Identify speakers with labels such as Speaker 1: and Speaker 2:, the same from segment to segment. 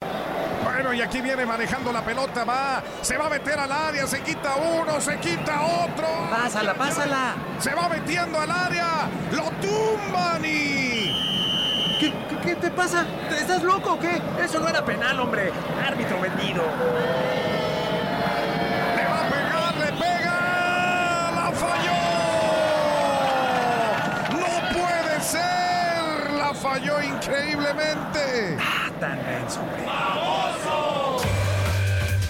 Speaker 1: Bueno, y aquí viene manejando la pelota, va, se va a meter al área, se quita uno, se quita otro.
Speaker 2: Pásala, pásala.
Speaker 1: Se va metiendo al área, lo tumban y...
Speaker 2: ¿Qué, qué, qué te pasa? ¿Estás loco o qué? Eso no era penal, hombre. Árbitro vendido.
Speaker 1: Le va a pegar, le pega, la falló. No puede ser, la falló increíblemente.
Speaker 2: Ah, tan menso, hombre.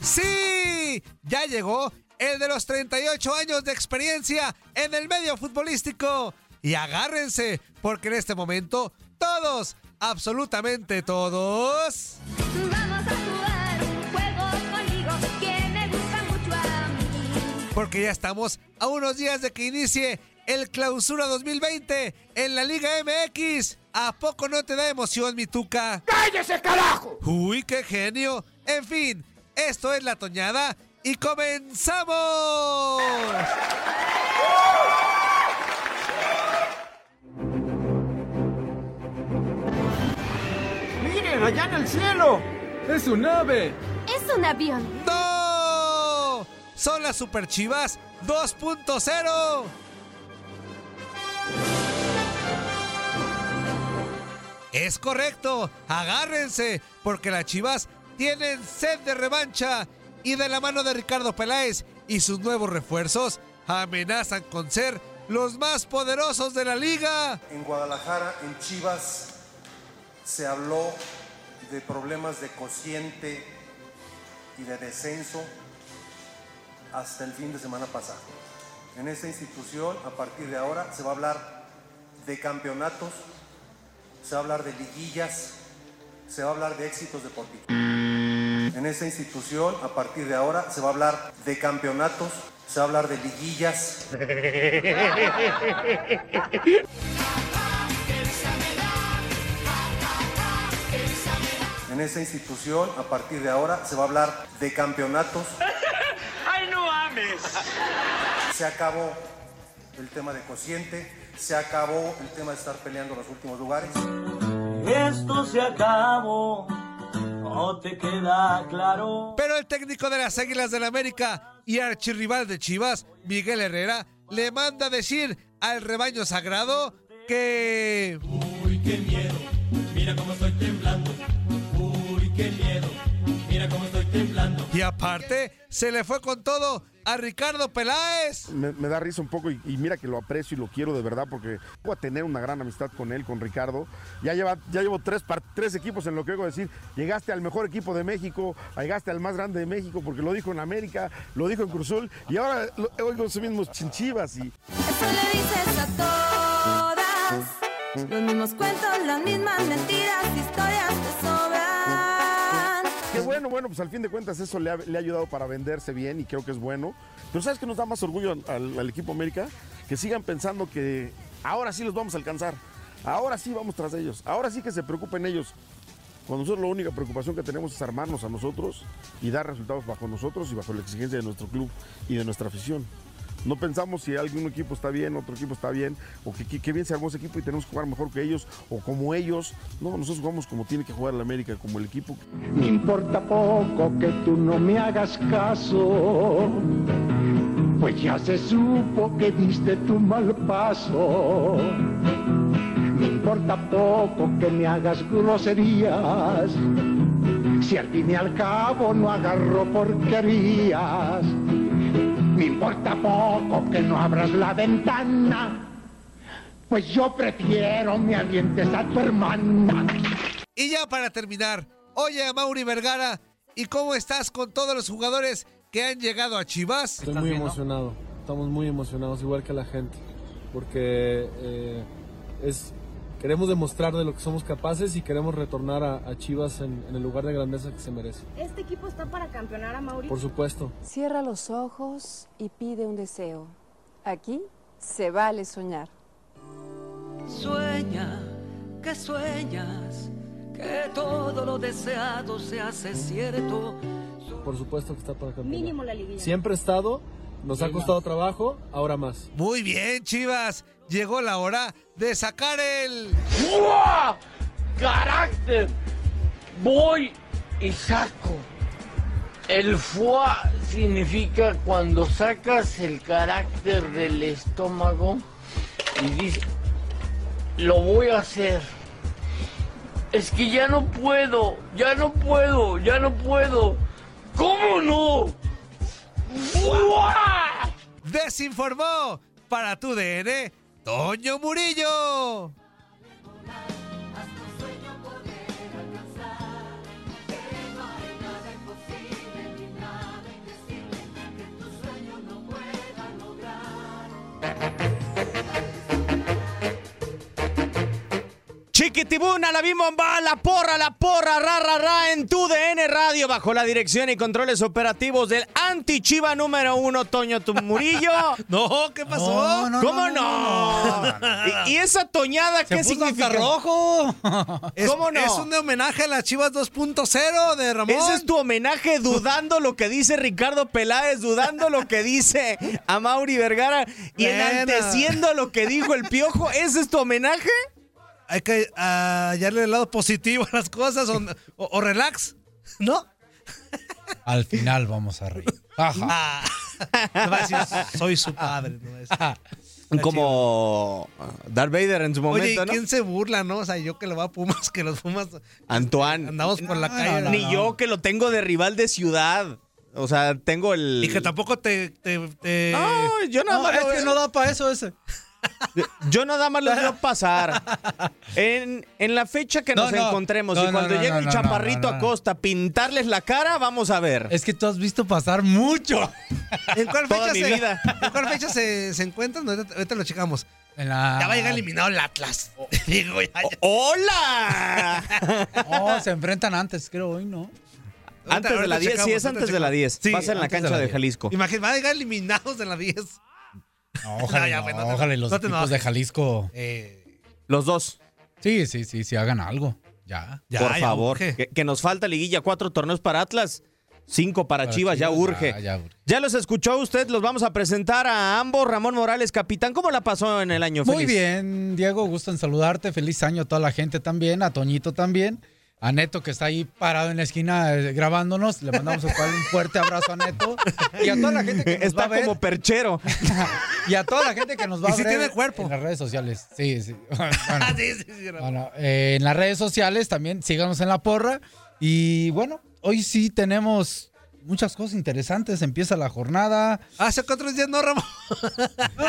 Speaker 3: Sí, ya llegó el de los 38 años de experiencia en el medio futbolístico. Y agárrense, porque en este momento todos, absolutamente todos...
Speaker 4: Vamos a jugar juegos conmigo que me gusta mucho a mí.
Speaker 3: Porque ya estamos a unos días de que inicie el Clausura 2020 en la Liga MX. ¿A poco no te da emoción, mi tuca? ¡Cállese, carajo! ¡Uy, qué genio! En fin, esto es La Toñada y comenzamos.
Speaker 2: Miren, allá en el cielo. Es un ave.
Speaker 4: Es un avión.
Speaker 3: ¡No! Son las Super Chivas 2.0. Es correcto, agárrense, porque las Chivas tienen sed de revancha y de la mano de Ricardo Peláez y sus nuevos refuerzos amenazan con ser los más poderosos de la liga.
Speaker 5: En Guadalajara, en Chivas, se habló de problemas de cociente y de descenso hasta el fin de semana pasado. En esta institución, a partir de ahora, se va a hablar de campeonatos, se va a hablar de liguillas, se va a hablar de éxitos deportivos. En esta institución, a partir de ahora, se va a hablar de campeonatos, se va a hablar de liguillas. En esa institución, a partir de ahora, se va a hablar de campeonatos.
Speaker 6: ¡Ay, no ames!
Speaker 5: Se acabó el tema de cociente, se acabó el tema de estar peleando en los últimos lugares.
Speaker 6: Esto se acabó. No te queda claro.
Speaker 3: Pero el técnico de las Águilas del América y archirrival de Chivas, Miguel Herrera, le manda decir al rebaño sagrado que...
Speaker 6: Uy, qué miedo. Mira cómo estoy temblando. Uy, qué miedo. Mira cómo estoy temblando.
Speaker 3: Y aparte, se le fue con todo a Ricardo Peláez.
Speaker 7: Me, me da risa un poco y, y mira que lo aprecio y lo quiero de verdad porque voy a tener una gran amistad con él, con Ricardo. Ya, lleva, ya llevo tres, par- tres equipos en lo que oigo decir, llegaste al mejor equipo de México, llegaste al más grande de México porque lo dijo en América, lo dijo en Cruzul y ahora lo- oigo esos mismos chinchivas y...
Speaker 4: dices a todas los mismos cuentos, las mismas mentiras, historias te sobran.
Speaker 7: Qué bueno, bueno, pues al fin de cuentas eso le ha, le ha ayudado para venderse bien y creo que es bueno. Pero ¿sabes qué nos da más orgullo al, al- al equipo América? Que sigan pensando que ahora sí los vamos a alcanzar, ahora sí vamos tras ellos, ahora sí que se preocupen ellos. Cuando nosotros la única preocupación que tenemos es armarnos a nosotros y dar resultados bajo nosotros y bajo la exigencia de nuestro club y de nuestra afición. No pensamos si algún equipo está bien, otro equipo está bien, o que, que- que bien se armó ese equipo y tenemos que jugar mejor que ellos o como ellos. No, nosotros jugamos como tiene que jugar el América, como el equipo
Speaker 6: Me importa poco que tú no me hagas caso. Pues ya se supo que diste tu mal paso. Me importa poco que me hagas groserías. Si al fin y al cabo no agarro porquerías. Me importa poco que no abras la ventana. Pues yo prefiero me alientes a tu hermana.
Speaker 3: Y ya para terminar, oye a Mauri Vergara, ¿y cómo estás con todos los jugadores que han llegado a Chivas?
Speaker 8: Estoy muy emocionado, estamos muy emocionados, igual que la gente, porque eh, es, queremos demostrar de lo que somos capaces y queremos retornar a, a Chivas en, en el lugar de grandeza que se merece.
Speaker 9: Este equipo está para campeonar a Mauri.
Speaker 8: Por supuesto.
Speaker 9: Cierra los ojos y pide un deseo. Aquí se vale soñar.
Speaker 10: Sueña, que sueñas, que todo lo deseado se hace cierto.
Speaker 8: Por supuesto que está para campeonar.
Speaker 10: Mínimo la liguilla.
Speaker 8: Siempre ha estado, nos ha costado trabajo, ahora más.
Speaker 3: Muy bien, Chivas, llegó la hora de sacar el...
Speaker 6: carácter. Voy y saco. El foie significa cuando sacas el carácter del estómago y dices, lo voy a hacer. Es que ya no puedo, ya no puedo, ya no puedo. ¿Cómo no?
Speaker 3: Desinformó para tu DN, Toño Murillo.
Speaker 11: Chiquitibuna, la bimomba, la porra, la porra, ra, ra, ra, en tu DN Radio, bajo la dirección y controles operativos del anti-chiva número uno, Toño Tumurillo.
Speaker 3: no, ¿qué
Speaker 11: pasó? ¿Cómo no? ¿Y, y esa toñada qué significa?
Speaker 3: rojo.
Speaker 11: ¿Cómo no?
Speaker 3: Es un homenaje a las Chivas 2.0 de Ramón.
Speaker 11: Ese es tu homenaje dudando lo que dice Ricardo Peláez, dudando lo que dice a Mauri Vergara y
Speaker 3: Bueno.
Speaker 11: enanteciendo lo que dijo el Piojo. ¿Ese es tu homenaje?
Speaker 3: Hay que ah, hallarle el lado positivo a las cosas o, o- o relax, ¿no?
Speaker 2: Al final vamos a reír. Ajá.
Speaker 3: Ah, te va a decir, soy su padre. ¿no? Es-
Speaker 11: Como Darth Vader en su momento,
Speaker 3: Oye, ¿y
Speaker 11: ¿no?
Speaker 3: ¿quién se burla, no? O sea, yo que lo va a Pumas, que los Pumas
Speaker 11: Antoine.
Speaker 3: andamos por la calle.
Speaker 11: Ni yo que lo tengo de rival de ciudad. O sea, tengo el.
Speaker 3: Y que tampoco te. te- te-
Speaker 11: No, yo nada más
Speaker 3: es
Speaker 11: lo
Speaker 3: que
Speaker 11: veo.
Speaker 3: no da para eso ese.
Speaker 11: Yo nada más los veo pasar. Eh, En, en la fecha que
Speaker 2: No,
Speaker 11: nos
Speaker 2: no.
Speaker 11: encontremos
Speaker 2: No,
Speaker 11: y
Speaker 2: no,
Speaker 11: cuando
Speaker 2: no,
Speaker 11: llegue
Speaker 2: no,
Speaker 11: el
Speaker 2: no,
Speaker 11: chaparrito
Speaker 2: no, no, no.
Speaker 11: Acosta, pintarles la cara, vamos a ver.
Speaker 2: Es que tú has visto pasar mucho.
Speaker 3: ¿En cuál
Speaker 11: Toda
Speaker 3: fecha,
Speaker 11: mi
Speaker 3: se,
Speaker 11: vida.
Speaker 3: ¿en cuál fecha se, se encuentran? Ahorita, ahorita lo checamos. Ya va a llegar eliminado el Atlas.
Speaker 2: Oh.
Speaker 3: Digo, ya-
Speaker 11: ¡Hola!
Speaker 2: Oh, No, se enfrentan antes, creo, hoy, ¿no?
Speaker 11: Antes de la 10, sí, es antes de la 10.
Speaker 3: Sí,
Speaker 11: Pasa en la
Speaker 3: antes de
Speaker 11: cancha
Speaker 3: la
Speaker 11: de
Speaker 3: 10.
Speaker 11: Jalisco.
Speaker 3: Imagínate, van a llegar eliminados en la 10.
Speaker 2: No, ojalá,
Speaker 3: No, ya,
Speaker 2: no,
Speaker 3: güey, no te-
Speaker 2: ojalá los
Speaker 3: no te
Speaker 2: equipos
Speaker 3: enojes. Eh.
Speaker 2: de Jalisco.
Speaker 11: Los dos.
Speaker 2: Sí, sí, sí, sí, hagan algo. Ya.
Speaker 11: por favor. Que, que nos falta liguilla, cuatro torneos para Atlas, cinco para,
Speaker 2: Para
Speaker 11: Chivas, ya
Speaker 2: Chivas,
Speaker 11: urge.
Speaker 2: ya,
Speaker 11: Ya,
Speaker 2: ya urge.
Speaker 11: los escuchó usted, los vamos a presentar a ambos. Ramón Morales, capitán, ¿cómo la pasó en el año?
Speaker 2: Muy
Speaker 11: Feliz.
Speaker 2: bien, Diego, gusto en saludarte. Feliz año a toda la gente también, a Toñito también. A Neto, que está ahí parado en la esquina eh, grabándonos. Le mandamos un fuerte abrazo a Neto. Y a toda la gente que nos
Speaker 11: Está
Speaker 2: va a ver.
Speaker 11: como perchero.
Speaker 2: Y a toda la gente que nos va
Speaker 11: Y
Speaker 2: a
Speaker 11: sí
Speaker 2: ver
Speaker 11: tiene cuerpo.
Speaker 2: en las redes sociales. Sí, Ah, sí. Bueno, bueno, eh, en las redes sociales también síganos en la porra. Y bueno, hoy sí tenemos muchas cosas interesantes. Empieza la jornada.
Speaker 3: Hace cuatro días no, Ramón.
Speaker 2: No,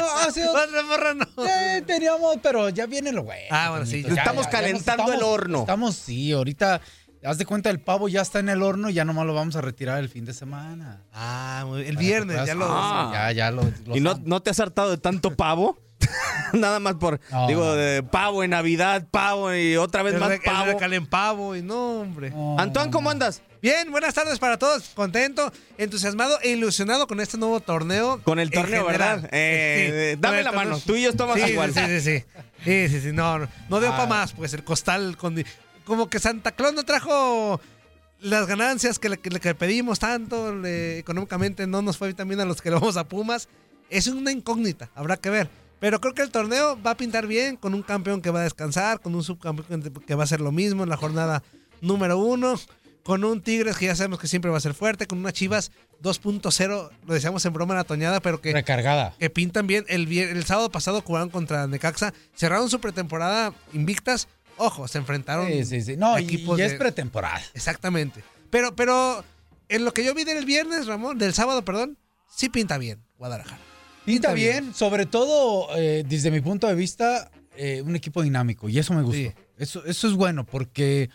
Speaker 2: hace
Speaker 3: Otra morra no.
Speaker 2: Eh, teníamos, pero ya viene lo bueno.
Speaker 3: Ah, bueno, sí.
Speaker 2: Toñito, ya,
Speaker 3: Estamos
Speaker 2: ya, ya nos
Speaker 3: calentando el horno.
Speaker 2: Estamos, sí, ahorita, haz de cuenta, el pavo ya está en el horno y ya nomás lo vamos a retirar el fin de semana.
Speaker 3: Ah, el viernes, ya lo-
Speaker 2: Ya, ya lo. lo
Speaker 11: Ah. ¿Y no, no te has hartado de tanto pavo? Nada más por, digo, de pavo en Navidad, pavo y otra vez
Speaker 3: El
Speaker 11: más
Speaker 3: re- el
Speaker 11: pavo.
Speaker 3: recalentado. Pavo y no, hombre.
Speaker 11: Antoine, ¿cómo andas?
Speaker 3: Bien, buenas tardes para todos. Contento, entusiasmado e ilusionado con este nuevo torneo.
Speaker 11: Con el
Speaker 3: en
Speaker 11: torneo,
Speaker 3: general.
Speaker 11: ¿verdad? Eh,
Speaker 3: Sí,
Speaker 11: eh,
Speaker 3: con
Speaker 11: dame
Speaker 3: el
Speaker 11: la
Speaker 3: torneo.
Speaker 11: mano, tú y yo estamos
Speaker 3: Sí,
Speaker 11: igual.
Speaker 3: Sí, sí, sí. Sí, sí, sí, No, no, no dio
Speaker 11: Ah.
Speaker 3: para más, pues el costal. Con, como que Santa Claus no trajo las ganancias que le, que le- que pedimos tanto. le- económicamente no nos fue también a los que le vamos a Pumas. Es una incógnita, habrá que ver. Pero creo que el torneo va a pintar bien con un campeón que va a descansar, con un subcampeón que va a hacer lo mismo en la jornada número uno, con un Tigres que ya sabemos que siempre va a ser fuerte, con una Chivas 2.0, lo decíamos en broma en la toñada, pero que...
Speaker 2: Recargada.
Speaker 3: Que pintan bien. El, vier- el sábado pasado jugaron contra Necaxa, cerraron su pretemporada invictas. Ojo, se enfrentaron
Speaker 2: Sí, sí, sí. No, y-
Speaker 3: equipos
Speaker 2: y es
Speaker 3: de-
Speaker 2: pretemporada.
Speaker 3: Exactamente. Pero, pero en lo que yo vi del viernes, Ramón, del sábado, perdón, sí pinta bien Guadalajara.
Speaker 2: Pinta bien, sobre todo eh, desde mi punto de vista, eh, un equipo dinámico y eso me gustó. Eso, eso es bueno porque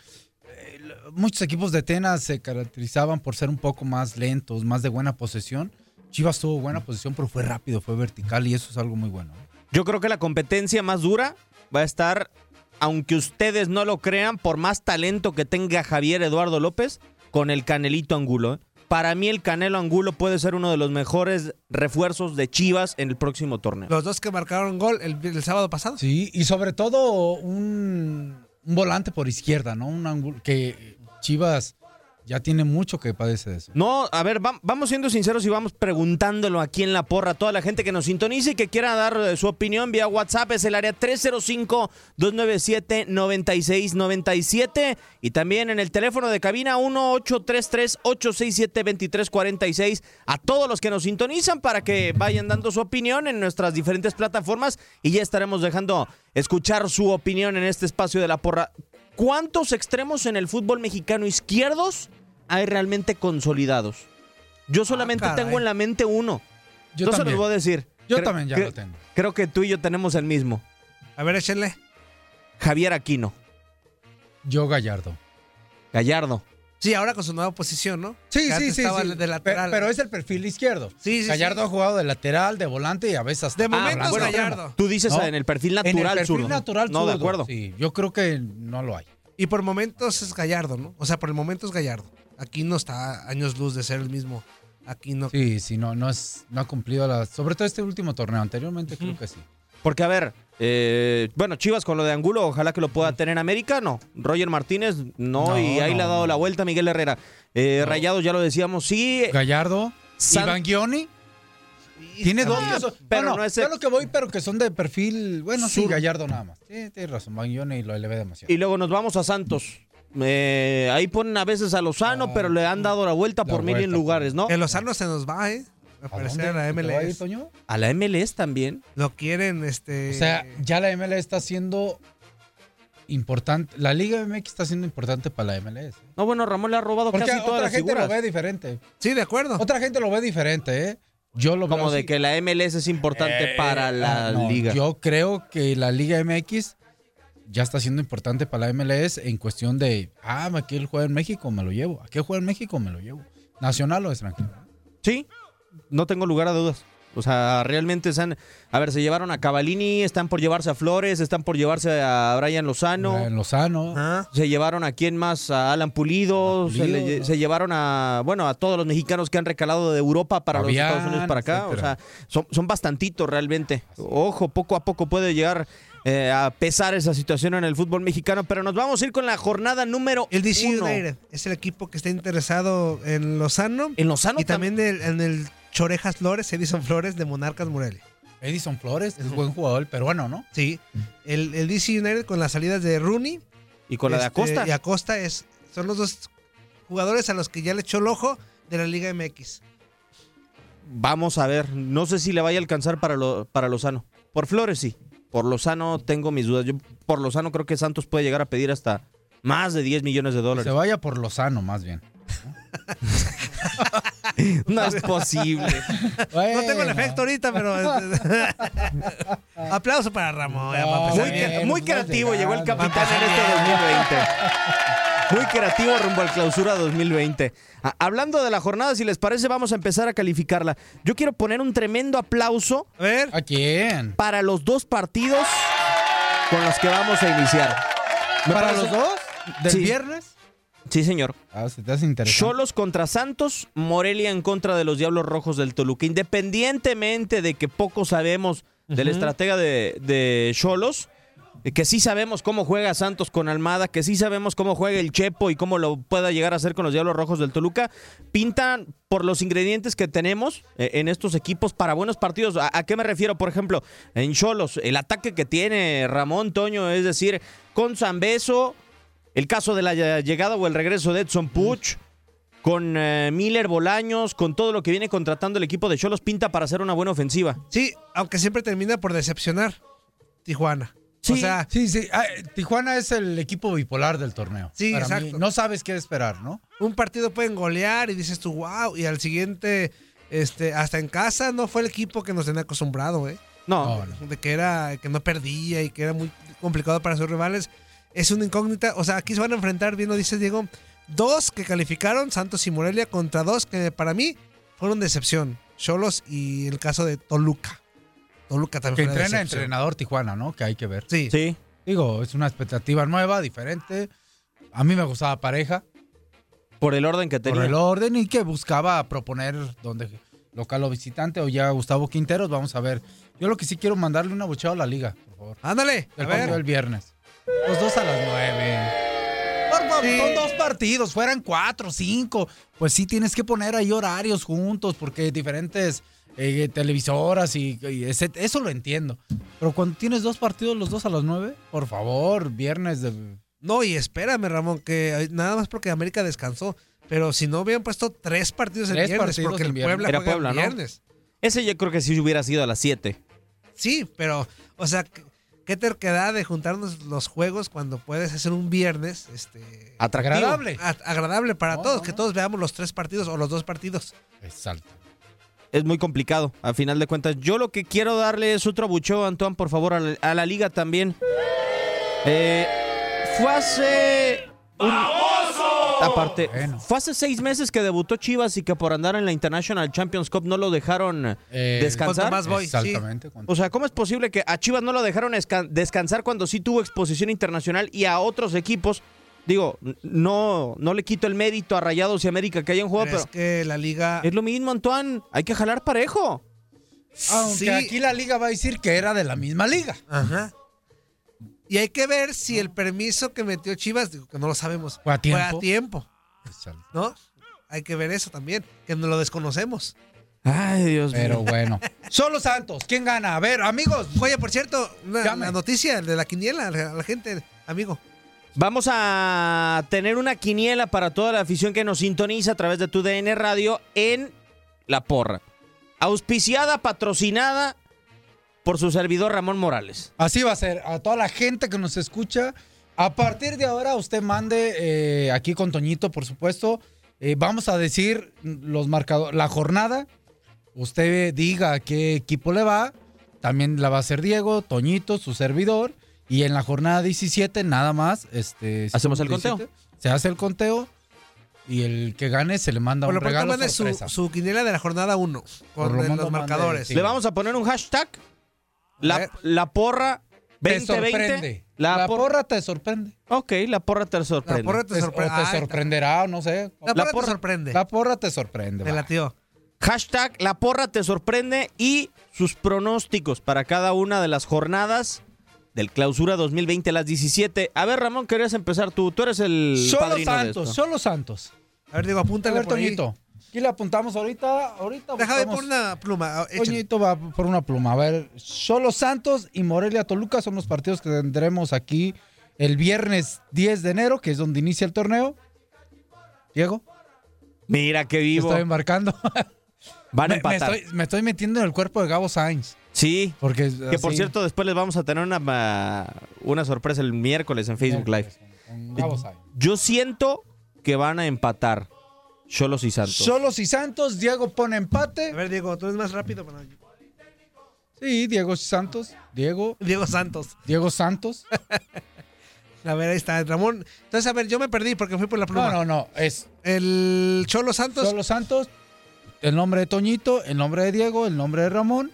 Speaker 2: eh, lo- muchos equipos de Atenas se caracterizaban por ser un poco más lentos, más de buena posesión. Chivas tuvo buena posesión, pero fue rápido, fue vertical y eso es algo muy bueno.
Speaker 11: Yo creo que la competencia más dura va a estar, aunque ustedes no lo crean, por más talento que tenga Javier Eduardo López, con el Canelito Angulo. ¿eh? Para mí el Canelo Angulo puede ser uno de los mejores refuerzos de Chivas en el próximo torneo.
Speaker 3: Los dos que marcaron gol el, el sábado pasado.
Speaker 2: Sí, y sobre todo un, un volante por izquierda, ¿no? Un ángulo que Chivas ya tiene mucho que padece de eso.
Speaker 11: No, a ver, vam- vamos siendo sinceros y vamos preguntándolo aquí en la porra a toda la gente que nos sintonice y que quiera dar eh, su opinión vía WhatsApp. Es el área 305-297-9697 y también en el teléfono de cabina 1833-867-2346 a todos los que nos sintonizan para que vayan dando su opinión en nuestras diferentes plataformas y ya estaremos dejando escuchar su opinión en este espacio de la porra. ¿Cuántos extremos en el fútbol mexicano izquierdos hay realmente consolidados? Yo solamente
Speaker 2: Ah, caray.
Speaker 11: tengo en la mente uno. Yo se
Speaker 2: Yo
Speaker 11: los
Speaker 2: también.
Speaker 11: voy a decir.
Speaker 2: Yo
Speaker 11: Cre-
Speaker 2: también ya
Speaker 11: cre-
Speaker 2: lo tengo.
Speaker 11: Creo que tú y yo tenemos el mismo.
Speaker 3: A ver, échenle.
Speaker 11: Javier Aquino.
Speaker 2: Yo Gallardo.
Speaker 11: Gallardo.
Speaker 3: Sí, ahora con su nueva posición, ¿no?
Speaker 2: Sí,
Speaker 3: Que
Speaker 2: sí,
Speaker 3: antes
Speaker 2: sí.
Speaker 3: estaba
Speaker 2: sí.
Speaker 3: de
Speaker 2: Pe-
Speaker 3: lateral.
Speaker 2: Pero, es el perfil izquierdo.
Speaker 3: Sí, sí, sí.
Speaker 2: Gallardo ha jugado de lateral, de volante y a veces hasta
Speaker 3: De momento es
Speaker 2: volante
Speaker 3: Gallardo.
Speaker 2: extremo.
Speaker 11: Tú dices en el perfil
Speaker 2: En el
Speaker 11: natural
Speaker 2: perfil
Speaker 11: zurdo.
Speaker 2: natural
Speaker 11: No, de
Speaker 2: zurdo,
Speaker 11: acuerdo.
Speaker 2: Sí, yo creo que no lo hay.
Speaker 3: Y por momentos es Gallardo, ¿no? O sea, por el momento es Gallardo. Aquí no está años luz de ser el mismo. Aquí no.
Speaker 2: Sí, sí, no, no, es, no ha cumplido la. Sobre todo este último torneo. Anteriormente creo que sí.
Speaker 11: Porque, a ver, eh, bueno, Chivas con lo de Angulo, ojalá que lo pueda tener América, no. Roger Martínez, no,
Speaker 2: No,
Speaker 11: y ahí
Speaker 2: no,
Speaker 11: le ha dado la vuelta a Miguel Herrera. Eh, Rayados, ya lo decíamos, sí.
Speaker 2: Gallardo,
Speaker 11: San-
Speaker 2: Iván Guioni. Tiene dos. que son-
Speaker 11: pero
Speaker 2: no, no,
Speaker 11: no es
Speaker 2: yo
Speaker 11: ex-
Speaker 2: lo que voy, pero que son de perfil. Bueno, sí,
Speaker 11: Zurdo.
Speaker 2: Gallardo nada más. Sí, tienes razón. Iván Guioni lo elevé demasiado.
Speaker 11: Y luego nos vamos a Santos. Eh, ahí ponen a veces a Lozano,
Speaker 2: Ah,
Speaker 11: pero le han dado la vuelta por mil en lugares, ¿no?
Speaker 3: El Lozano se nos va, ¿eh? A parecer a la
Speaker 2: dónde? ¿Te va a ir,
Speaker 3: MLS.
Speaker 2: Toño?
Speaker 11: A la MLS también.
Speaker 3: Lo quieren, este.
Speaker 2: O sea, ya la MLS está siendo importante. La Liga MX está siendo importante para la MLS.
Speaker 11: No, bueno, Ramón le ha robado
Speaker 2: Porque
Speaker 11: casi todas
Speaker 2: otra
Speaker 11: las
Speaker 2: gente
Speaker 11: figuras.
Speaker 2: lo ve diferente.
Speaker 3: Sí, de acuerdo.
Speaker 2: Otra gente lo ve diferente, ¿eh? Yo lo veo
Speaker 11: Como de
Speaker 2: así.
Speaker 11: que la MLS es importante para la
Speaker 2: Ah, no,
Speaker 11: liga.
Speaker 2: Yo creo que la Liga MX ya está siendo importante para la MLS en cuestión de, ah, aquel juega en México, me lo llevo. Aquel juega en México, me lo llevo. Nacional o extranjero.
Speaker 11: Sí, no tengo lugar a dudas. O sea, realmente están. A ver, se llevaron a Cavalini, están por llevarse a Flores, están por llevarse a Brian Lozano.
Speaker 2: Brian Lozano.
Speaker 11: Se llevaron a quién más, a Alan Pulido. Ah, se, le-
Speaker 2: Pulido.
Speaker 11: se llevaron a, bueno, a todos los mexicanos que han recalado de Europa para
Speaker 2: Fabián,
Speaker 11: los Estados Unidos para acá. O
Speaker 2: etcétera.
Speaker 11: sea, son, son bastantitos realmente. Ojo, poco a poco puede llegar. eh, a pesar esa situación en el fútbol mexicano, pero nos vamos a ir con la jornada número
Speaker 3: El DC
Speaker 11: uno.
Speaker 3: United es el equipo que está interesado en Lozano.
Speaker 11: En Lozano
Speaker 3: Y también del- en el Chorejas Flores, Edison Flores de Monarcas Morelia.
Speaker 2: Edison Flores es buen jugador el peruano, ¿no?
Speaker 3: Sí. El, el DC United con las salidas de Rooney.
Speaker 11: Y con la de
Speaker 3: este,
Speaker 11: Acosta.
Speaker 3: Y Acosta es, son los dos jugadores a los que ya le echó el ojo de la Liga MX.
Speaker 11: Vamos a ver. No sé si le vaya a alcanzar para, lo, para Lozano. Por Flores sí. Por Lozano tengo mis dudas. Yo por Lozano creo que Santos puede llegar a pedir hasta más de 10 millones de
Speaker 2: Que
Speaker 11: dólares.
Speaker 2: se vaya por Lozano, más bien.
Speaker 11: No es posible.
Speaker 3: No tengo el efecto ahorita, pero. Aplauso para Ramón. ya para empezar
Speaker 11: muy,
Speaker 3: bien.
Speaker 11: cre- muy creativo llegó el capitán en este 2020. Muy creativo rumbo al clausura 2020. A- hablando de la jornada, si les parece, vamos a empezar a calificarla. Yo quiero poner un tremendo aplauso.
Speaker 3: A ver.
Speaker 2: ¿A quién?
Speaker 11: Para los dos partidos con los que vamos a iniciar. Me
Speaker 2: ¿Para
Speaker 11: parece-
Speaker 2: los dos? ¿Del
Speaker 11: Sí.
Speaker 2: viernes?
Speaker 11: Sí, señor.
Speaker 2: Ah, se te hace interesante.
Speaker 11: Cholos contra Santos, Morelia en contra de los Diablos Rojos del Toluca. Independientemente de que poco sabemos del
Speaker 2: Ujú.
Speaker 11: estratega de- de Cholos, eh, que sí sabemos cómo juega Santos con Almada, que sí sabemos cómo juega el Chepo y cómo lo pueda llegar a hacer con los Diablos Rojos del Toluca, pintan por los ingredientes que tenemos eh, en estos equipos para buenos partidos. ¿A, a qué me refiero? Por ejemplo, en Cholos, el ataque que tiene Ramón Toño, es decir, con Zambeso, el caso de la ll- llegada o el regreso de Edson Puch, con eh, Miller Bolaños, con todo lo que viene contratando el equipo de Cholos, pinta para hacer una buena ofensiva.
Speaker 3: Sí, aunque siempre termina por decepcionar Tijuana. o sea,
Speaker 2: sí, sí. Ah, Tijuana es el equipo bipolar del torneo.
Speaker 3: Sí,
Speaker 2: Para mí,
Speaker 3: exacto.
Speaker 2: no sabes qué esperar, ¿no?
Speaker 3: un partido pueden golear y dices tú, wow, y al siguiente, este, hasta en casa no fue el equipo que nos tenía acostumbrado, ¿eh?
Speaker 11: No.
Speaker 3: De que era, que no perdía y que era muy complicado para sus rivales. Es una incógnita. O sea, aquí se van a enfrentar, bien lo dice Diego, dos que calificaron, Santos y Morelia, contra dos que para mí fueron decepción. Cholos y el caso de Toluca. Toluca
Speaker 2: Que
Speaker 3: también fue una
Speaker 2: entrena
Speaker 3: decepción.
Speaker 2: entrenador Tijuana, ¿no? Que hay que ver.
Speaker 3: Sí.
Speaker 2: Digo, es una expectativa nueva, diferente. A mí me gustaba pareja.
Speaker 11: Por el orden que tenía.
Speaker 2: Por el orden y que buscaba proponer donde local o visitante o ya Gustavo Quinteros, vamos a ver. Yo lo que sí quiero mandarle una buchada a la liga, por favor.
Speaker 3: Ándale,
Speaker 2: El
Speaker 3: a ver.
Speaker 2: partido del viernes. Los dos a las nueve. Por favor, Son dos partidos, fueran cuatro, cinco. Pues sí tienes que poner ahí horarios juntos porque diferentes eh, televisoras y, y ese- eso lo entiendo. Pero cuando tienes dos partidos, los dos a las nueve, por favor, viernes de...
Speaker 3: No, y espérame, Ramón, que ay, nada más porque América descansó. Pero si no hubieran puesto tres partidos en
Speaker 2: Tres
Speaker 3: viernes,
Speaker 2: partidos
Speaker 3: porque el
Speaker 2: en viernes.
Speaker 3: Puebla
Speaker 11: Era
Speaker 3: juega el
Speaker 11: Puebla, ¿no?
Speaker 3: viernes.
Speaker 11: Ese yo creo que sí hubiera sido a las 7.
Speaker 3: Sí, pero, o sea, qué- qué terquedad de juntarnos los juegos cuando puedes hacer un viernes este,
Speaker 11: Agradable.
Speaker 3: a- agradable para todos, que todos veamos los tres partidos o los dos partidos.
Speaker 2: Exacto.
Speaker 11: es muy complicado, a final de cuentas. Yo lo que quiero darle es otro abucheo, Antoine, por favor, a la, a la liga también. Eh, fue hace... un- aparte, fue hace seis meses que debutó Chivas y que por andar en la International Champions Cup no lo dejaron
Speaker 2: Eh,
Speaker 11: descansar.
Speaker 2: Cuanto más voy, sí. Exactamente, cuanto-
Speaker 11: O sea, ¿cómo es posible que a Chivas no lo dejaron esca- descansar cuando sí tuvo exposición internacional y a otros equipos? Digo, n- no, no le quito el mérito a Rayados y América que hayan jugado,
Speaker 3: Pero
Speaker 11: pero...
Speaker 3: es que la liga...
Speaker 11: Es lo mismo, Antoine. Hay que jalar parejo.
Speaker 2: Aunque
Speaker 3: Sí.
Speaker 2: aquí la liga va a decir que era de la misma liga.
Speaker 3: Ajá. Y hay que ver si el permiso que metió Chivas, digo que no lo sabemos,
Speaker 2: Fue a tiempo.
Speaker 3: fue a tiempo, ¿no? Hay que ver eso también, que no lo desconocemos.
Speaker 11: Ay, Dios
Speaker 2: Pero bueno. Solo Santos. ¿Quién gana? A ver, amigos.
Speaker 3: Oye, por cierto, una, la noticia de la quiniela, la, la gente, amigo.
Speaker 11: Vamos a tener una quiniela para toda la afición que nos sintoniza a través de tu DN Radio en La Porra. Auspiciada, patrocinada por su servidor Ramón Morales.
Speaker 2: Así va a ser. A toda la gente que nos escucha, a partir de ahora usted mande eh, aquí con Toñito, por supuesto. eh, vamos a decir los marcadores, la jornada. Usted diga a qué equipo le va. También la va a hacer Diego, Toñito, su servidor. Y en la jornada 17, nada más. Este,
Speaker 11: Hacemos el
Speaker 2: 17, Se hace el conteo. Y el que gane se le manda
Speaker 3: Por
Speaker 2: un
Speaker 3: lo pronto
Speaker 2: regalo
Speaker 3: manda su,
Speaker 2: sorpresa.
Speaker 3: su quiniela de la jornada 1
Speaker 2: Por
Speaker 3: con eh,
Speaker 2: lo menos
Speaker 3: los
Speaker 2: manda
Speaker 3: marcadores.
Speaker 2: el- Le
Speaker 11: vamos a poner un hashtag. La, la porra
Speaker 2: Te
Speaker 11: 2020.
Speaker 2: sorprende. La, porra te sorprende.
Speaker 11: Ok, la porra te sorprende.
Speaker 2: La porra te, sorprende. O te sorprenderá, o no sé.
Speaker 11: La porra te
Speaker 3: sorprende.
Speaker 2: La porra te sorprende.
Speaker 11: Te
Speaker 2: va.
Speaker 3: latió.
Speaker 11: Hashtag La porra te sorprende y sus pronósticos para cada una de las jornadas del clausura 2020 a las 17. A ver, Ramón, querías empezar tú. Tú eres el
Speaker 2: Solo
Speaker 11: padrino de
Speaker 2: Santos,
Speaker 11: esto.
Speaker 2: solo Santos.
Speaker 3: A ver, digo, apúntale
Speaker 2: A ver,
Speaker 3: por ahí.
Speaker 2: Toñito. Aquí le apuntamos ahorita. ahorita
Speaker 3: Deja de
Speaker 2: buscamos.
Speaker 3: poner una pluma. ah, échale.
Speaker 2: Toñito va por una pluma. A ver, solo Santos y Morelia Toluca son los partidos que tendremos aquí el viernes 10 de enero, que es donde inicia el torneo. Diego,
Speaker 11: Mira qué
Speaker 2: te
Speaker 11: vivo.
Speaker 2: estoy embarcando.
Speaker 11: Van a
Speaker 2: Me- me,
Speaker 11: empatar.
Speaker 2: estoy, me estoy metiendo en el cuerpo de Gabo Sainz.
Speaker 11: Sí.
Speaker 2: Porque
Speaker 11: Que por
Speaker 2: así-
Speaker 11: cierto, después les vamos a tener una, ma- una sorpresa el miércoles en Facebook Live.
Speaker 2: Gabo Sainz.
Speaker 11: Yo siento que van a empatar Cholos y Santos.
Speaker 2: Solos y Santos, Diego pone empate.
Speaker 3: A ver, Diego, tú eres más rápido. para-
Speaker 2: Sí, Diego Santos. Diego.
Speaker 3: Diego Santos.
Speaker 2: Diego Santos.
Speaker 3: A ver, ahí está, Ramón. Entonces, a ver, yo me perdí porque fui por la pluma.
Speaker 2: No, no, no. Es
Speaker 3: el Cholo Santos.
Speaker 2: Cholo Santos. El nombre de Toñito, el nombre de Diego, el nombre de Ramón.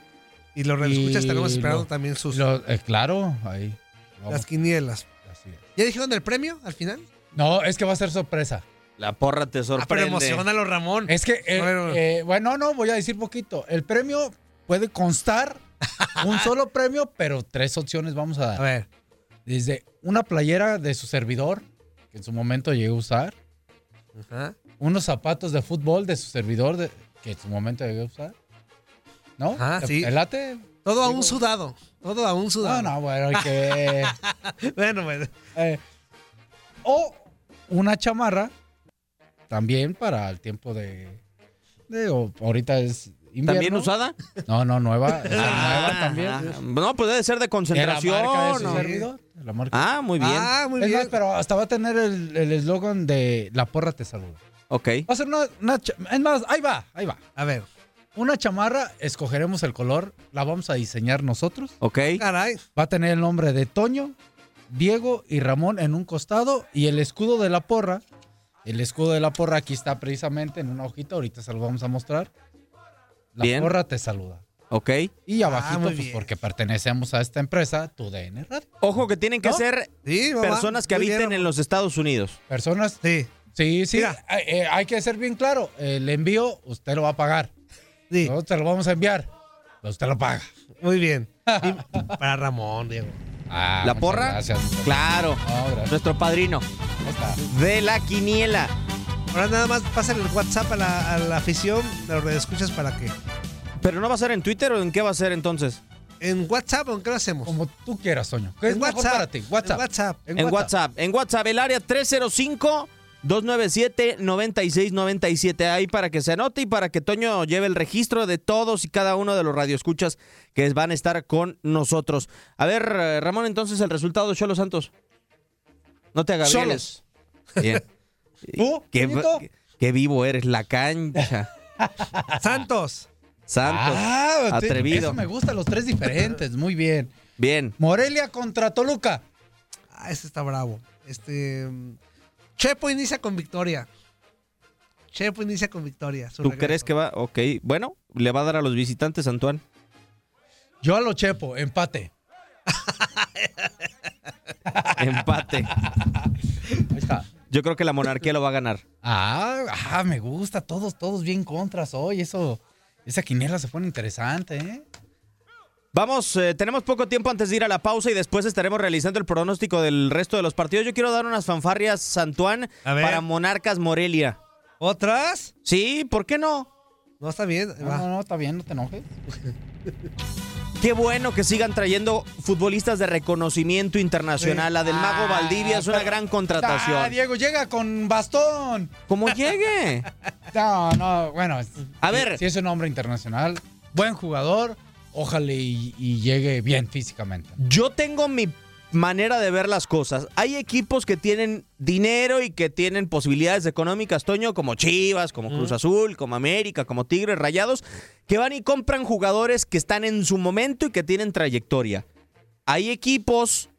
Speaker 3: Y los radioescuchas estaremos esperando también sus-
Speaker 2: claro, ahí.
Speaker 3: Las
Speaker 2: Vamos.
Speaker 3: quinielas.
Speaker 2: Así es.
Speaker 3: ¿Ya dijeron del premio al final? Ah,
Speaker 2: No, es que va a ser sorpresa.
Speaker 11: La porra te sorprende.
Speaker 3: Pero emocionalo, Ramón.
Speaker 2: Es que, eh,
Speaker 3: Bueno.
Speaker 2: eh, bueno, no, voy a decir poquito. El premio puede constar un solo premio, pero tres opciones vamos a dar.
Speaker 3: A ver.
Speaker 2: Desde una playera de su servidor, que en su momento llegué a usar.
Speaker 3: Ajá.
Speaker 2: Unos zapatos de fútbol de su servidor, de- que en su momento llegué a usar. ¿No?
Speaker 3: Ah,
Speaker 2: ¿Te-
Speaker 3: sí.
Speaker 2: ¿Te late?
Speaker 3: Todo a un sudado. Todo a un sudado.
Speaker 2: No, no, bueno, hay que...
Speaker 3: bueno, bueno.
Speaker 2: Eh, o una chamarra también para el tiempo de. de- o ahorita es. Invierno.
Speaker 11: ¿También usada?
Speaker 2: No, no, nueva. esa
Speaker 11: Ah,
Speaker 2: nueva también.
Speaker 11: ajá. No, pues debe ser de concentración.
Speaker 2: De la marca de su
Speaker 11: ¿no?
Speaker 2: servidor, de la marca.
Speaker 11: Ah, muy bien.
Speaker 3: Ah, muy
Speaker 2: Es
Speaker 3: bien.
Speaker 2: más, pero hasta va a tener el el eslogan de La porra te saluda.
Speaker 11: Ok.
Speaker 2: Va a ser una. una cha- es más, ahí va, ahí va.
Speaker 3: A ver.
Speaker 2: Una chamarra, escogeremos el color, la vamos a diseñar nosotros.
Speaker 11: Ok.
Speaker 3: Ah, Caray.
Speaker 2: Va a tener el nombre de Toño, Diego y Ramón en un costado y el escudo de la porra. El escudo de la porra aquí está precisamente en una hojita, ahorita se lo vamos a mostrar. La
Speaker 11: Bien.
Speaker 2: porra te saluda.
Speaker 11: Ok.
Speaker 2: Y abajito,
Speaker 3: Ah, muy
Speaker 2: pues,
Speaker 3: bien.
Speaker 2: porque pertenecemos a esta empresa, tu DN Radio.
Speaker 11: Ojo que tienen que
Speaker 2: ¿No?
Speaker 11: ser
Speaker 3: Sí, mamá.
Speaker 11: personas que
Speaker 3: Muy bien,
Speaker 11: habiten en los Estados Unidos.
Speaker 2: Personas.
Speaker 3: Sí.
Speaker 2: Sí, sí.
Speaker 3: Mira.
Speaker 2: eh, eh, hay que ser bien claro. El envío, usted lo va a pagar.
Speaker 3: Sí.
Speaker 2: Nosotros te lo vamos a enviar. pero Usted lo paga.
Speaker 3: Muy bien. Y para Ramón, Diego.
Speaker 2: Ah,
Speaker 11: ¿La
Speaker 2: muchas
Speaker 11: porra?
Speaker 2: Gracias.
Speaker 11: Claro.
Speaker 2: No, gracias.
Speaker 11: Nuestro padrino
Speaker 2: Ahí está.
Speaker 11: de la quiniela.
Speaker 3: Ahora nada más pasen el WhatsApp a la, a la afición de los escuchas para que.
Speaker 11: ¿Pero no va a ser en Twitter o en qué va a ser entonces?
Speaker 3: ¿En WhatsApp o en qué lo hacemos?
Speaker 2: Como tú quieras, Soño. ¿Qué es
Speaker 3: En
Speaker 2: mejor
Speaker 3: WhatsApp,
Speaker 2: para ti? WhatsApp.
Speaker 3: en WhatsApp.
Speaker 11: En WhatsApp. En WhatsApp, el área 305. 297-9697 ahí para que se anote y para que Toño lleve el registro de todos y cada uno de los radioescuchas que van a estar con nosotros. A ver, eh, Ramón, entonces el resultado de Cholos Santos. No te hagas
Speaker 2: Cholos.
Speaker 11: Bien.
Speaker 2: ¿Tú,
Speaker 11: ¿Qué,
Speaker 2: Toñito?
Speaker 11: qué vivo eres, la cancha.
Speaker 3: Santos.
Speaker 11: Santos.
Speaker 2: Ah, te-
Speaker 11: atrevido.
Speaker 2: Eso me gusta, los tres diferentes. Muy bien.
Speaker 11: Bien.
Speaker 2: Morelia contra Toluca.
Speaker 3: Ah, este está bravo. Este. mm, Chepo inicia con victoria. Chepo inicia con victoria.
Speaker 11: ¿Tú crees que va? Ok. Bueno, le va a dar a los visitantes, Antoine.
Speaker 2: Yo a lo Chepo, empate.
Speaker 11: Empate.
Speaker 2: Ahí está.
Speaker 11: Yo creo que la monarquía lo va a ganar.
Speaker 2: Ah, ah, me gusta. Todos, todos bien contras hoy. Eso, esa quiniela se pone interesante, ¿eh?
Speaker 11: Vamos, eh, tenemos poco tiempo antes de ir a la pausa y después estaremos realizando el pronóstico del resto de los partidos. Yo quiero dar unas fanfarrias, Antoine,
Speaker 3: A ver.
Speaker 11: para Monarcas Morelia.
Speaker 3: ¿Otras?
Speaker 11: Sí, ¿por qué no?
Speaker 3: No, está bien.
Speaker 2: No,
Speaker 3: va.
Speaker 2: no, no, está bien, no te enojes.
Speaker 11: Qué bueno que sigan trayendo futbolistas de reconocimiento internacional. La del Mago
Speaker 3: Ah,
Speaker 11: Valdivia es una gran
Speaker 2: Ah,
Speaker 11: contratación.
Speaker 2: Diego llega con bastón.
Speaker 11: Como llegue.
Speaker 2: No, no, bueno.
Speaker 11: A
Speaker 2: si-
Speaker 11: ver.
Speaker 2: Si es un hombre internacional, buen jugador, ojalá y, y llegue bien físicamente.
Speaker 11: Yo tengo mi manera de ver las cosas. Hay equipos que tienen dinero y que tienen posibilidades económicas, Toño, como Chivas, como Cruz Azul, como América, como Tigres, Rayados, que van y compran jugadores que están en su momento y que tienen trayectoria. Hay equipos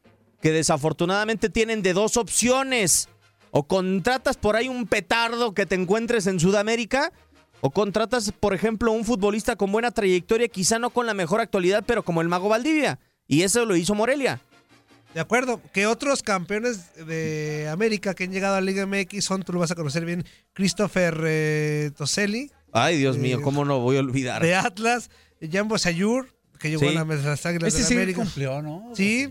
Speaker 11: que desafortunadamente tienen de dos opciones. o contratas por ahí un petardo que te encuentres en Sudamérica, o contratas, por ejemplo, un futbolista con buena trayectoria, quizá no con la mejor actualidad, pero como el Mago Valdivia. Y eso lo hizo Morelia.
Speaker 3: De acuerdo, que otros campeones de América que han llegado a Liga MX son, tú lo vas a conocer bien, Christopher eh, Toselli
Speaker 11: Ay, Dios mío, cómo no voy a olvidar.
Speaker 3: de Atlas, Jambo Sayur, que llegó
Speaker 11: Sí.
Speaker 3: a la- las Águilas
Speaker 2: Ese
Speaker 3: de la
Speaker 2: sí
Speaker 3: América.
Speaker 2: cumplió, ¿no?
Speaker 3: Sí.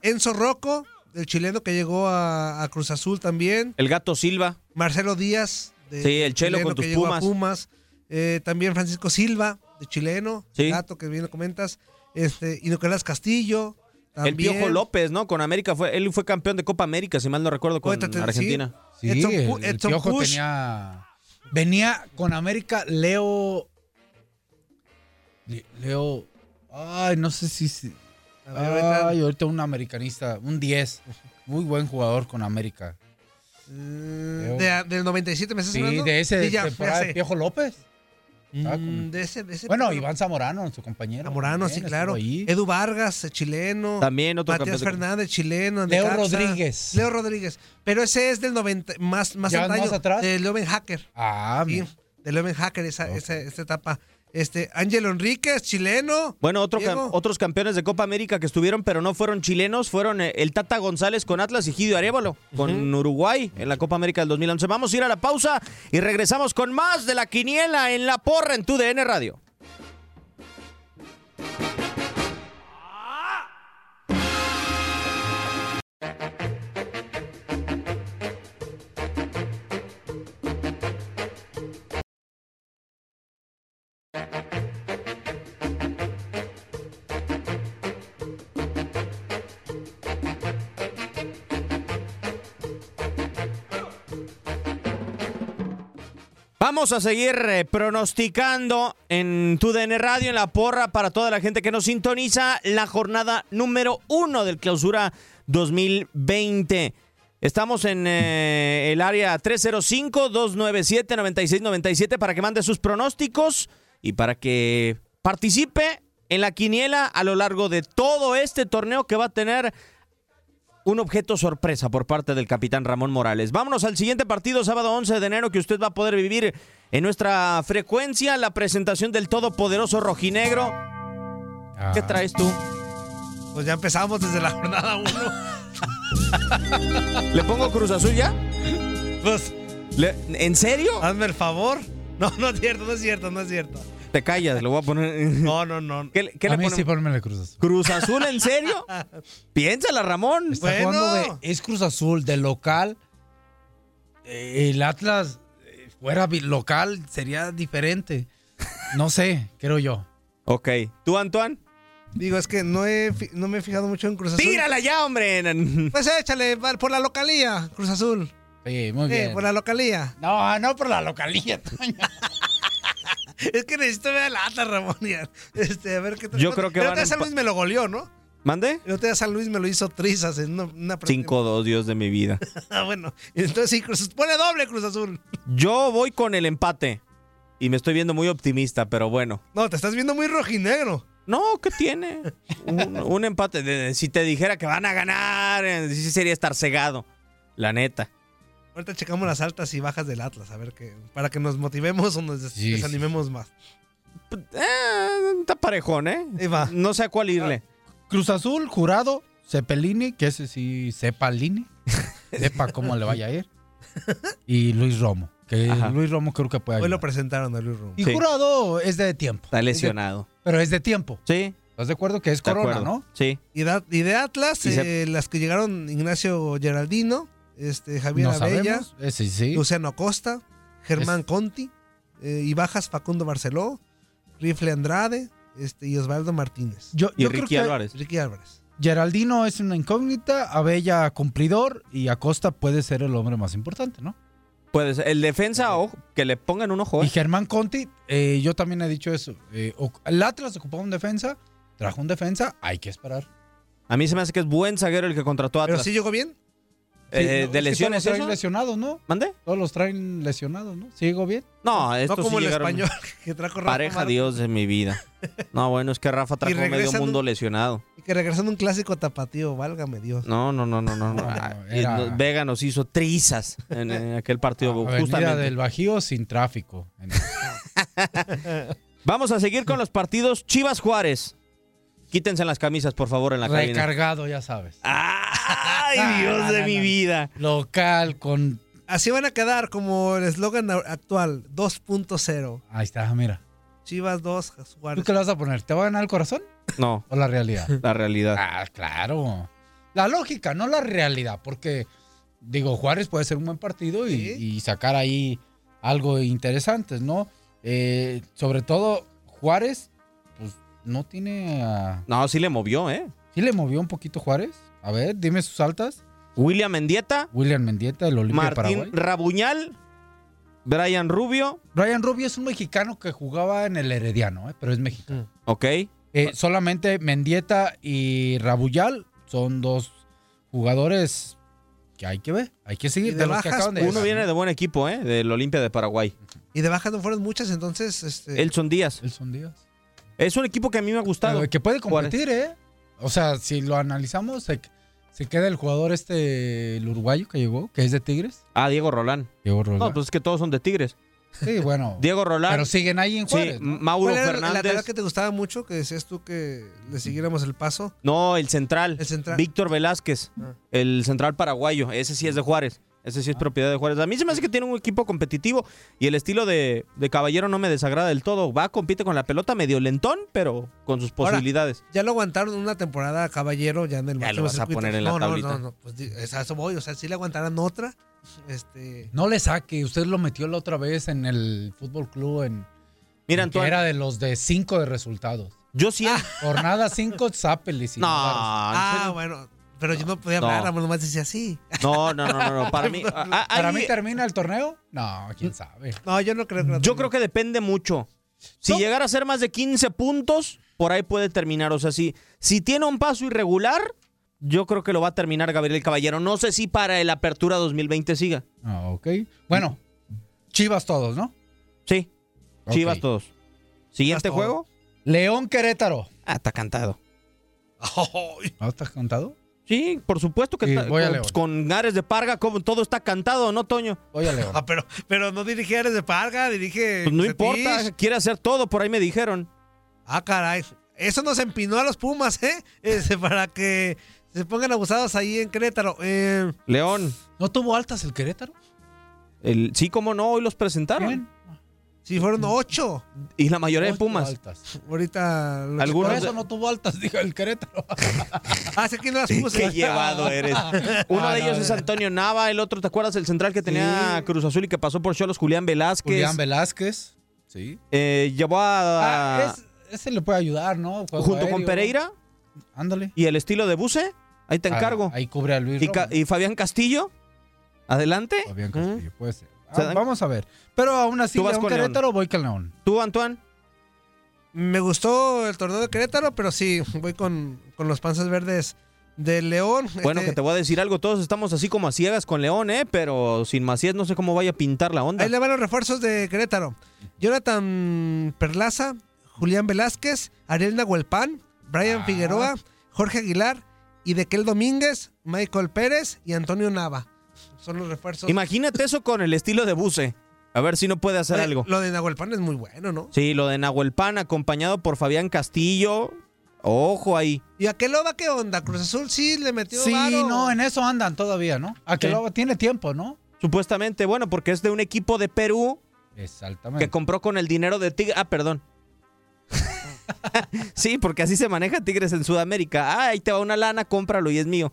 Speaker 3: Enzo Rocco, el chileno que llegó a, a Cruz Azul también.
Speaker 11: El gato Silva.
Speaker 3: Marcelo Díaz, de
Speaker 11: Sí, el Chelo
Speaker 3: chileno
Speaker 11: con tus
Speaker 3: que llegó a
Speaker 11: Pumas.
Speaker 3: Pumas. Eh, también Francisco Silva, de chileno,
Speaker 11: Sí.
Speaker 3: gato que bien lo comentas. Este, y Nicolás Castillo.
Speaker 11: El
Speaker 3: también.
Speaker 11: Piojo López, ¿no? Con América fue, él fue campeón de Copa América, si mal no recuerdo, con
Speaker 3: Cuéntate, sí.
Speaker 11: Argentina.
Speaker 2: Sí,
Speaker 3: Edson
Speaker 2: el-
Speaker 3: Pu-
Speaker 2: el,
Speaker 3: Edson
Speaker 2: Piojo
Speaker 3: Push.
Speaker 2: tenía. Venía con América Leo. Le- Leo. Ay, no sé si. si-
Speaker 3: A ver, ahorita-
Speaker 2: Ay, ahorita un americanista, un 10. Muy buen jugador con América.
Speaker 3: Mm, de- del 97 me estás
Speaker 2: Sí,
Speaker 3: hablando?
Speaker 2: de ese
Speaker 3: Sí, ya,
Speaker 2: temporada
Speaker 3: ya sé.
Speaker 2: de Piojo López. Estaba
Speaker 3: Mm,
Speaker 2: Ah, con-
Speaker 3: de ese- de ese
Speaker 2: bueno,
Speaker 3: Piojo-
Speaker 2: Iván Zamorano, su compañero.
Speaker 3: Zamorano, sí,
Speaker 2: también,
Speaker 3: claro.
Speaker 2: estuvo ahí.
Speaker 3: Edu Vargas, eh, chileno.
Speaker 11: También otro
Speaker 3: Matías
Speaker 11: campeón de-
Speaker 3: Fernández, chileno.
Speaker 2: Leo
Speaker 3: Necaxa.
Speaker 2: Rodríguez.
Speaker 3: Leo Rodríguez. Pero ese es del 90, más, más
Speaker 2: ¿Ya
Speaker 3: antaño,
Speaker 2: más atrás?
Speaker 3: De Leuven Hacker.
Speaker 2: Ah,
Speaker 3: Sí,
Speaker 2: mira.
Speaker 3: de Leuven Hacker, esa, esa, esa etapa. Este, Ángel Enríquez, chileno.
Speaker 11: Bueno, otro
Speaker 3: Diego.
Speaker 11: cam- otros campeones de Copa América que estuvieron, pero no fueron chilenos, fueron eh, el Tata González con Atlas y Gidio Arevalo con Uruguay en la Copa América del 2011. Vamos a ir a la pausa y regresamos con más de la quiniela en la porra en tu DN Radio. Vamos a seguir eh, pronosticando en tu DN Radio, en la porra para toda la gente que nos sintoniza, la jornada número uno del clausura 2020. Estamos en eh, el área 305-297-9697 para que mande sus pronósticos y para que participe en la quiniela a lo largo de todo este torneo que va a tener un objeto sorpresa por parte del capitán Ramón Morales. Vámonos al siguiente partido, sábado 11 de enero, que usted va a poder vivir en nuestra frecuencia la presentación del todopoderoso rojinegro. ¿Qué traes tú?
Speaker 3: Ah. Pues ya empezamos desde la jornada 1.
Speaker 11: ¿Le pongo Cruz Azul ya?
Speaker 3: Pues,
Speaker 11: Le- ¿En serio?
Speaker 3: hazme el favor. No, no es cierto, no es cierto, no es cierto.
Speaker 11: Te callas, lo voy a poner.
Speaker 3: No, no, no.
Speaker 11: ¿Qué, le- qué
Speaker 2: A
Speaker 11: le
Speaker 2: mí
Speaker 11: ponemos?
Speaker 2: sí, ponme la Cruz Azul.
Speaker 11: ¿Cruz Azul en serio? Piénsala, Ramón.
Speaker 2: Está jugando de- es Cruz Azul, de local. Eh, el Atlas eh, fuera bi- local sería diferente. No sé, creo yo.
Speaker 11: Ok. ¿Tú, Antoine?
Speaker 3: Digo, es que no, he fi- no me he fijado mucho en Cruz Azul.
Speaker 11: ¡Tírala ya, hombre!
Speaker 3: Pues échale, va, por la localía, Cruz Azul.
Speaker 2: Sí, muy
Speaker 3: Eh,
Speaker 2: bien.
Speaker 3: por la localía.
Speaker 2: No, no por la localía, Toño.
Speaker 3: Es que necesito ver al Atlas, Ramón. ya. Este, a ver qué tal.
Speaker 11: Yo creo que
Speaker 3: El
Speaker 11: van
Speaker 3: otro día San
Speaker 11: empa-
Speaker 3: Luis me lo goleó, ¿no?
Speaker 11: ¿Mande?
Speaker 3: El otro día San Luis me lo hizo trizas en una, una
Speaker 11: 5-2, Dios de mi vida.
Speaker 3: Ah, bueno. Entonces sí, Cruz Pone doble Cruz Azul.
Speaker 11: Yo voy con el empate. Y me estoy viendo muy optimista, pero bueno.
Speaker 3: No, te estás viendo muy rojinegro.
Speaker 11: No, ¿qué tiene? Un, un empate. de- de- si te dijera que van a ganar, eh, sí sería estar cegado. La neta.
Speaker 3: Ahorita checamos las altas y bajas del Atlas, a ver qué. Para que nos motivemos o nos des-
Speaker 11: Sí,
Speaker 3: desanimemos más.
Speaker 11: Eh, está parejón, ¿eh? No sé a cuál irle.
Speaker 3: Ah.
Speaker 2: Cruz Azul, jurado, Cepelini, que ese sí, Cepalini. Sepa cómo le vaya a ir. Y Luis Romo. Que
Speaker 11: Ajá.
Speaker 2: Luis Romo creo que puede
Speaker 3: Hoy
Speaker 2: ayudar.
Speaker 3: lo presentaron a Luis Romo.
Speaker 2: Y jurado es de tiempo.
Speaker 11: Está lesionado.
Speaker 2: Pero es de tiempo.
Speaker 11: Sí.
Speaker 2: ¿Estás de acuerdo que
Speaker 11: De
Speaker 2: es Corona,
Speaker 11: acuerdo.
Speaker 2: no?
Speaker 11: Sí.
Speaker 3: Y da- y de, Atlas,
Speaker 2: Y se-
Speaker 3: eh, las que llegaron Ignacio Geraldino, este, Javier
Speaker 2: no
Speaker 3: Abella,
Speaker 2: sabemos. Eh, sí, sí.
Speaker 3: Luciano Costa, Germán Conti, eh, y bajas Facundo Barceló, Rifle Andrade este, y Osvaldo Martínez.
Speaker 2: Yo- Y yo creo Ricky que-
Speaker 11: Álvarez.
Speaker 3: Ricky Álvarez.
Speaker 2: Geraldino es una incógnita, Abella cumplidor y Acosta puede ser el hombre más importante, ¿no?
Speaker 11: Pues el defensa, ojo, que le pongan un ojo. ¿eh?
Speaker 2: Y Germán Conti, eh, yo también he dicho eso. eh, o- el Atlas ocupó un defensa, trajo un defensa, hay que esperar.
Speaker 11: A mí se me hace que es buen zaguero el que contrató a
Speaker 3: ¿Pero
Speaker 11: Atlas.
Speaker 3: sí llegó bien?
Speaker 11: eh, de lesiones. eso?
Speaker 2: Todos los traen lesionados, ¿no?
Speaker 11: ¿Mande?
Speaker 2: Todos los traen lesionados, ¿no? ¿Sigo bien?
Speaker 11: No, estos
Speaker 2: como
Speaker 11: sí
Speaker 2: el
Speaker 11: llegaron-
Speaker 2: español que trajo Rafa
Speaker 11: Pareja
Speaker 2: Márquez.
Speaker 11: Dios de mi vida. No, bueno, es que Rafa trajo medio
Speaker 3: regresando-
Speaker 11: mundo lesionado.
Speaker 3: Y que regresando un clásico tapatío, válgame Dios.
Speaker 11: No, no, no, no, no. no. Y
Speaker 2: era-
Speaker 11: nos- Vega nos hizo trizas en, en aquel partido.
Speaker 2: Avenida
Speaker 11: justamente.
Speaker 2: del Bajío sin tráfico.
Speaker 11: Vamos a seguir con los partidos Chivas Juárez. Quítense las camisas, por favor, en la cabina.
Speaker 2: Recargado, ya sabes.
Speaker 11: Ay, Dios de mi vida.
Speaker 2: Local con...
Speaker 3: Así van a quedar como el eslogan a- actual, 2.0.
Speaker 2: Ahí está, mira.
Speaker 3: Chivas 2, Juárez.
Speaker 2: ¿Tú qué le vas a poner? ¿Te va a ganar el corazón?
Speaker 11: No.
Speaker 2: ¿O la realidad?
Speaker 11: La realidad.
Speaker 2: Ah, claro. La lógica, no la realidad, porque digo, Juárez puede ser un buen partido y, y sacar ahí algo interesante, ¿no? Eh, sobre todo, Juárez, pues no tiene a...
Speaker 11: No, sí le movió, ¿eh?
Speaker 2: ¿Sí le movió un poquito Juárez? A ver, dime sus altas.
Speaker 11: William Mendieta,
Speaker 2: William Mendieta, el Olimpia de Paraguay.
Speaker 11: Martín Rabuñal, Brian Rubio.
Speaker 2: Brian Rubio es un mexicano que jugaba en el Herediano, ¿eh? pero es mexicano.
Speaker 11: Ok.
Speaker 2: Eh, solamente Mendieta y Rabullal son dos jugadores que hay que ver, hay que seguir.
Speaker 3: Y
Speaker 2: De,
Speaker 3: de
Speaker 2: los que
Speaker 3: bajas,
Speaker 2: acaban de
Speaker 3: pues,
Speaker 11: Uno viene de buen equipo, ¿eh? Del Olimpia de Paraguay.
Speaker 3: Y de bajas no fueron muchas, entonces... Este,
Speaker 11: Elson Díaz.
Speaker 2: Elson Díaz.
Speaker 11: Es un equipo que a mí me ha gustado.
Speaker 2: Pero que puede
Speaker 11: Juárez.
Speaker 2: competir, ¿eh? O sea, si lo analizamos, se, se queda el jugador este, el uruguayo que llegó, que es de Tigres.
Speaker 11: Ah, Diego Rolán.
Speaker 2: Diego Rolán.
Speaker 11: No, pues es que todos son de Tigres.
Speaker 2: Sí, bueno.
Speaker 11: Diego Rolán.
Speaker 2: Pero siguen ahí en Juárez,
Speaker 11: Sí,
Speaker 2: ¿no?
Speaker 11: Mauro
Speaker 3: ¿Cuál era el lateral
Speaker 11: Fernández.
Speaker 3: que te gustaba mucho? Que decías tú que le siguiéramos el paso.
Speaker 11: No, el central.
Speaker 3: El central.
Speaker 11: Víctor Velázquez.
Speaker 3: Ah.
Speaker 11: El central paraguayo. Ese sí es de Juárez. Ese sí es propiedad de Juárez. A mí se me hace que tiene un equipo competitivo y el estilo de, de caballero no me desagrada del todo. Va, compite con la pelota medio lentón, pero con sus
Speaker 3: Ahora,
Speaker 11: posibilidades.
Speaker 3: Ya lo aguantaron una temporada a Caballero, ya en el
Speaker 11: Ya
Speaker 3: máximo
Speaker 11: lo vas a
Speaker 3: circuito.
Speaker 11: poner en la
Speaker 3: no,
Speaker 11: tablita.
Speaker 3: No, no, no, pues di- es a eso voy, o sea, si le aguantaran otra, este...
Speaker 2: No le saque, usted lo metió la otra vez en el Fútbol Club en
Speaker 11: Mira,
Speaker 2: en que
Speaker 11: Antoine.
Speaker 2: era de los de cinco de resultados.
Speaker 11: Yo sí.
Speaker 2: Jornada cinco zápeles.
Speaker 11: No,
Speaker 3: Ah, bueno, pero yo no podía hablar,
Speaker 11: No.
Speaker 3: Ramón nomás decía así.
Speaker 11: No, no, no, no. no. Para mí. a- a-
Speaker 2: ¿Para
Speaker 11: ahí-
Speaker 2: mí termina el torneo? No, quién sabe.
Speaker 3: No, yo no creo que...
Speaker 11: Yo creo que depende mucho. Si llegara a ser más de 15 puntos, por ahí puede terminar. O sea, si, si tiene un paso irregular, yo creo que lo va a terminar Gabriel Caballero. No sé si para el Apertura 2020 siga.
Speaker 2: Ah, ok. Bueno, Chivas todos, ¿no?
Speaker 11: Sí.
Speaker 2: Ok.
Speaker 11: Chivas todos. ¿Siguiente juego?
Speaker 2: León Querétaro.
Speaker 11: Ah, está cantado.
Speaker 2: ¿No estás contado?
Speaker 11: Sí, por supuesto que
Speaker 2: Sí,
Speaker 11: está-
Speaker 2: voy a
Speaker 11: con,
Speaker 2: León.
Speaker 11: con Ares de Parga, como todo está cantado, ¿no, Toño?
Speaker 2: Voy a León.
Speaker 3: Ah, pero, pero no dirige Ares de Parga, dirige...
Speaker 11: Pues no
Speaker 3: Cepich.
Speaker 11: importa, quiere hacer todo, por ahí me dijeron.
Speaker 3: Ah, caray. Eso nos empinó a los Pumas, ¿eh? Este, para que se pongan abusados ahí en Querétaro. Eh,
Speaker 11: León,
Speaker 2: ¿No tuvo altas el Querétaro?
Speaker 11: el, sí, como no, hoy los presentaron.
Speaker 2: Bien.
Speaker 3: si fueron ocho,
Speaker 11: Y la mayoría de
Speaker 2: Ocho
Speaker 11: Pumas.
Speaker 2: altas.
Speaker 3: ahorita... los-
Speaker 11: Algunos
Speaker 2: Por
Speaker 11: de-
Speaker 2: eso no tuvo altas, dijo el Querétaro.
Speaker 3: Ah, sí, aquí no las puse.
Speaker 11: Qué llevado eres. Uno
Speaker 2: Ah,
Speaker 11: de
Speaker 2: no,
Speaker 11: ellos es
Speaker 2: no.
Speaker 11: Antonio Nava, el otro, ¿te acuerdas? El central que tenía Cruz Azul y que pasó por Cholos, Julián Velázquez.
Speaker 2: Julián Velázquez. Sí.
Speaker 11: Eh, llevó a.
Speaker 2: Ah, es- ese le puede ayudar, ¿no? Juego
Speaker 11: junto con
Speaker 2: aéreo.
Speaker 11: Pereira
Speaker 2: Ándale.
Speaker 11: y el estilo de Buce. Ahí te
Speaker 2: Ah,
Speaker 11: encargo.
Speaker 2: ahí cubre a Luis
Speaker 11: y, Ca-
Speaker 2: Romo.
Speaker 11: y Fabián Castillo. Adelante.
Speaker 2: Fabián Castillo, puede ser. Ah,
Speaker 11: Se dan-
Speaker 2: vamos a ver. Pero aún así,
Speaker 11: Tú vas
Speaker 2: León
Speaker 11: con León.
Speaker 2: Querétaro, voy con León.
Speaker 11: Tú, Antoine.
Speaker 3: Me gustó el torneo de Querétaro, pero sí, voy con, con los panzas verdes de León.
Speaker 11: Bueno,
Speaker 3: Este,
Speaker 11: que te voy a decir algo. Todos estamos así como a ciegas con León, ¿eh? Pero sin Macías no sé cómo vaya a pintar la onda.
Speaker 3: Ahí le van los refuerzos de Querétaro. Jonathan Perlaza, Julián Velázquez, Ariel Nahuelpan, Brian
Speaker 11: Ah.
Speaker 3: Figueroa, Jorge Aguilar, y Dequel Domínguez, Michael Pérez y Antonio Nava. Son los refuerzos.
Speaker 11: Imagínate eso con el estilo de Buce. A ver si no puede hacer
Speaker 3: Oye,
Speaker 11: algo.
Speaker 3: Lo de Nahuelpan es muy bueno, ¿no?
Speaker 11: Sí, lo de Nahuel Pan, acompañado por Fabián Castillo. Ojo ahí.
Speaker 3: ¿Y a qué loba qué onda? Cruz Azul sí le metió
Speaker 2: Sí,
Speaker 3: varo.
Speaker 2: no, en eso andan todavía, ¿no? A que
Speaker 11: Sí.
Speaker 2: lo- tiene tiempo, ¿no?
Speaker 11: Supuestamente, bueno, porque es de un equipo de Perú que
Speaker 2: Exactamente.
Speaker 11: compró con el dinero de Tigres. Ah, perdón. sí, porque así se maneja Tigres en Sudamérica. Ah, ahí te va una lana, cómpralo y es mío.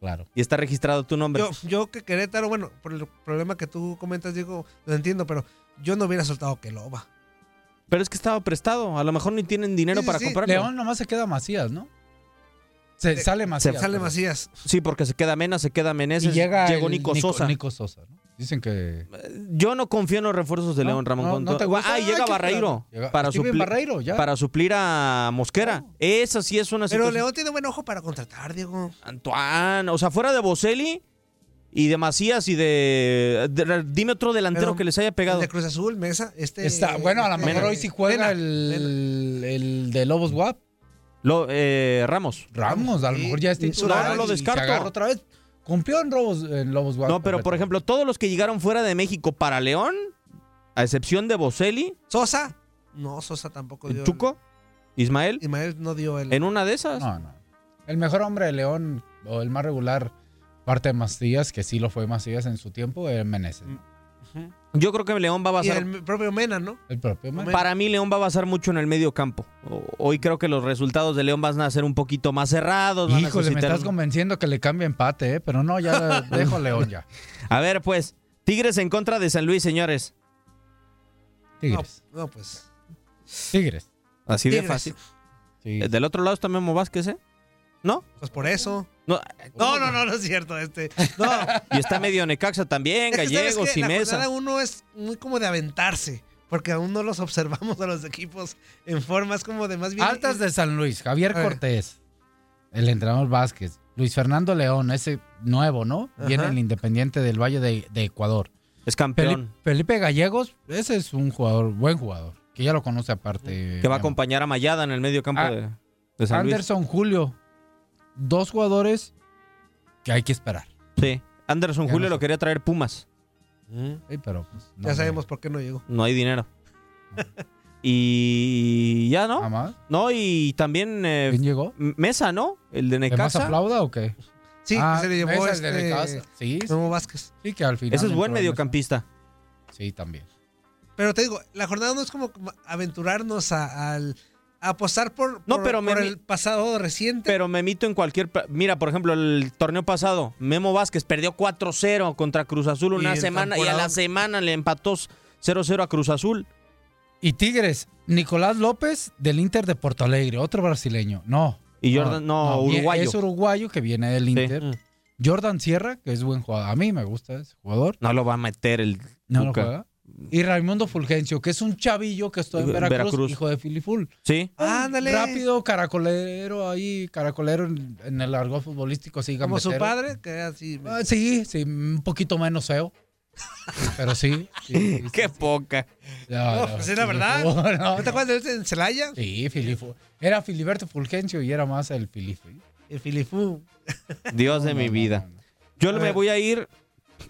Speaker 2: Claro.
Speaker 11: Y está registrado tu nombre.
Speaker 3: Yo, yo que Querétaro, bueno, por el problema que tú comentas, Diego, lo entiendo, pero yo no hubiera soltado a Keloba.
Speaker 11: Pero es que estaba prestado. A lo mejor ni tienen dinero
Speaker 3: Sí, sí,
Speaker 11: para
Speaker 3: sí.
Speaker 11: comprarlo.
Speaker 2: León nomás se queda Macías, ¿no? Se, sale Macías.
Speaker 3: Sale
Speaker 2: perdón.
Speaker 3: Macías.
Speaker 11: Sí, porque se queda Mena, se queda
Speaker 2: Y
Speaker 11: Meneses.
Speaker 2: llega
Speaker 11: llegó
Speaker 2: el
Speaker 11: Nico Sosa. Eh,
Speaker 2: Nico Sosa, ¿no? Dicen que...
Speaker 11: Yo no confío en los refuerzos de
Speaker 2: No,
Speaker 11: León, Ramón.
Speaker 2: no,
Speaker 11: con
Speaker 2: no
Speaker 11: todo-
Speaker 2: te gusta.
Speaker 11: Ah, y
Speaker 2: Ay,
Speaker 11: llega
Speaker 2: qué
Speaker 11: Barreiro.
Speaker 2: Llega-
Speaker 11: Para
Speaker 2: Steven
Speaker 11: suplir,
Speaker 2: Barreiro, ya.
Speaker 11: para suplir a Mosquera. Esa sí es una
Speaker 3: Pero
Speaker 11: situación.
Speaker 3: León tiene buen ojo para contratar, Diego.
Speaker 11: Antoine, o sea, fuera de Boselli, y de Macías y de, de- Dime otro delantero
Speaker 3: Pero,
Speaker 11: que les haya pegado.
Speaker 3: el de Cruz Azul, Mesa, este...
Speaker 2: Está, bueno, a lo
Speaker 3: este-
Speaker 2: mejor hoy sí juega
Speaker 3: Mena.
Speaker 2: el, el de Lobos WAP.
Speaker 11: Lo- eh, Ramos.
Speaker 2: Ramos, a lo mejor ya es
Speaker 11: No,
Speaker 2: titular.
Speaker 11: no lo
Speaker 2: y se
Speaker 11: descarto.
Speaker 2: agarra otra vez. Cumplió en, Robos, en Lobos WAP.
Speaker 11: No, pero por ejemplo, todos los que llegaron fuera de México para León, a excepción de Boselli,
Speaker 3: Sosa. No, Sosa tampoco dio. el-
Speaker 11: Chuco, Ismael,
Speaker 3: Ismael no dio el...
Speaker 11: en una de esas.
Speaker 2: No, no. El mejor hombre de León, o el más regular, parte de Macías, que sí lo fue Macías en su tiempo, era Meneses.
Speaker 3: Mm.
Speaker 2: ¿no?
Speaker 3: Ujú.
Speaker 11: Yo creo que León va a
Speaker 3: Y
Speaker 11: basar.
Speaker 3: el propio Mena, ¿no?
Speaker 2: El propio Meneses.
Speaker 11: Para mí, León va a basar mucho en el medio campo. O- Hoy creo que los resultados de León van a ser un poquito más cerrados. van a
Speaker 2: Híjole, me
Speaker 11: suscitar
Speaker 2: estás
Speaker 11: un-
Speaker 2: convenciendo que le cambie empate, ¿eh? pero no, ya dejo a León ya.
Speaker 11: A ver, pues, Tigres en contra de San Luis, señores.
Speaker 2: Tigres.
Speaker 3: No, pues...
Speaker 2: Tigres.
Speaker 11: Así de
Speaker 3: Tigres.
Speaker 11: fácil. Eh, Del otro lado está Memo Vázquez, ¿eh? ¿No?
Speaker 3: Pues por eso.
Speaker 11: No,
Speaker 3: No, no, no, no es cierto. Este. No.
Speaker 11: Y está medio Necaxa también,
Speaker 3: Es que, ¿sabes
Speaker 11: Gallegos
Speaker 3: qué?
Speaker 11: y
Speaker 3: la
Speaker 11: Mesa.
Speaker 3: jornada uno es muy como de aventarse. Porque aún no los observamos a los equipos en formas como de más bien.
Speaker 2: Altas de San Luis, Javier
Speaker 3: A ver.
Speaker 2: Cortés, el entrenador Vázquez, Luis Fernando León, ese nuevo, ¿no? Viene
Speaker 3: Ajá.
Speaker 2: el Independiente del Valle de, de Ecuador.
Speaker 11: Es
Speaker 2: Felipe,
Speaker 11: campeón.
Speaker 2: Felipe Gallegos, ese es un jugador, buen jugador, que ya lo conoce aparte.
Speaker 11: Que va a acompañar a Mayada en el medio campo
Speaker 2: Ah,
Speaker 11: de, de San Luis.
Speaker 2: Anderson Julio, dos jugadores que hay que esperar.
Speaker 11: Sí. Anderson
Speaker 2: Ya
Speaker 11: Julio
Speaker 2: no sé.
Speaker 11: lo quería traer Pumas.
Speaker 2: Sí, pero pues, no,
Speaker 3: Mm. ya sabemos por qué no llegó.
Speaker 11: No hay dinero. y ya, ¿no?
Speaker 2: nada más.
Speaker 11: No, y también eh,
Speaker 2: ¿Quién llegó?
Speaker 11: M- Mesa, ¿no? El de
Speaker 2: ¿Que más
Speaker 11: Necaxa.
Speaker 2: aplauda o qué?
Speaker 3: Sí,
Speaker 2: Ah,
Speaker 3: que se le llevó
Speaker 2: ese es
Speaker 3: este.
Speaker 2: de Necaxa. Sí, sí,
Speaker 3: Memo Vázquez.
Speaker 2: sí, que al final.
Speaker 11: Ese es buen
Speaker 2: entró en esa.
Speaker 11: mediocampista.
Speaker 2: Sí, también.
Speaker 3: Pero te digo, la jornada no es como aventurarnos a, al- a apostar por,
Speaker 11: No,
Speaker 3: por-
Speaker 11: pero
Speaker 3: por
Speaker 11: me-
Speaker 3: el pasado reciente.
Speaker 11: Pero me mito en cualquier. pa- Mira, por ejemplo, el torneo pasado, Memo Vázquez perdió 4-0 contra Cruz Azul
Speaker 3: Y
Speaker 11: una
Speaker 3: el
Speaker 11: semana y a la
Speaker 3: temporada-
Speaker 11: semana le empató 0-0 a Cruz Azul.
Speaker 2: Y Tigres, Nicolás López del Inter de Porto Alegre, otro brasileño. No.
Speaker 11: Y Jordan- no,
Speaker 2: bien,
Speaker 11: uruguayo. Mm.
Speaker 2: Es uruguayo que viene del Inter. Jordan Sierra, que es buen jugador. A mí me gusta ese jugador.
Speaker 11: No lo va a meter el.
Speaker 2: No
Speaker 11: Tuca.
Speaker 2: lo juega. Y Raimundo Fulgencio, que es un chavillo que estuvo en
Speaker 11: En
Speaker 2: Veracruz,
Speaker 11: Veracruz.
Speaker 2: hijo de Filipul.
Speaker 11: Sí.
Speaker 3: Ándale.
Speaker 2: Rápido, caracolero ahí, caracolero en, en el argot futbolístico, sí,
Speaker 3: Como su
Speaker 2: gambetero.
Speaker 3: padre, que era así.
Speaker 2: Ah, sí, sí, un poquito menos feo. Pero sí. sí, sí,
Speaker 11: Qué poca.
Speaker 2: No,
Speaker 3: No,
Speaker 2: no,
Speaker 3: pues es la verdad.
Speaker 2: Filipul, no,
Speaker 3: ¿No te
Speaker 2: no.
Speaker 3: acuerdas de este en Celaya?
Speaker 2: Sí, Filifo. Era Filiberto Fulgencio y era más el Filifo.
Speaker 3: El Filifú.
Speaker 11: Dios de mi vida. Yo me voy a ir.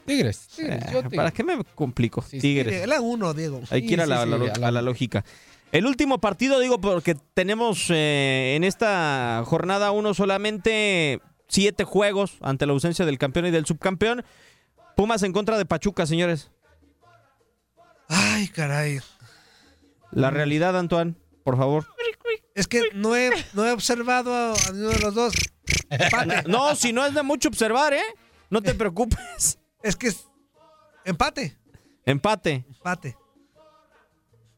Speaker 2: Tigres, Tigres, yo
Speaker 11: eh,
Speaker 2: Tigres.
Speaker 11: ¿Para qué me complico?
Speaker 2: Sí, sí,
Speaker 11: Tigres.
Speaker 3: Era uno, Diego.
Speaker 11: Hay que
Speaker 2: Sí,
Speaker 11: ir a la,
Speaker 2: sí, sí,
Speaker 11: la lo-
Speaker 2: a la-
Speaker 11: a la lógica. El último partido, digo, porque tenemos eh, en esta jornada uno solamente siete juegos ante la ausencia del campeón y del subcampeón. Pumas en contra de Pachuca, señores.
Speaker 3: Ay, caray.
Speaker 11: La realidad, Antoine, por favor.
Speaker 3: Es que no he, no he observado a, a ninguno de los dos. Empate.
Speaker 11: No, si no es de mucho observar, ¿eh? No te preocupes.
Speaker 3: Es que es- empate,
Speaker 11: Empate.
Speaker 3: empate.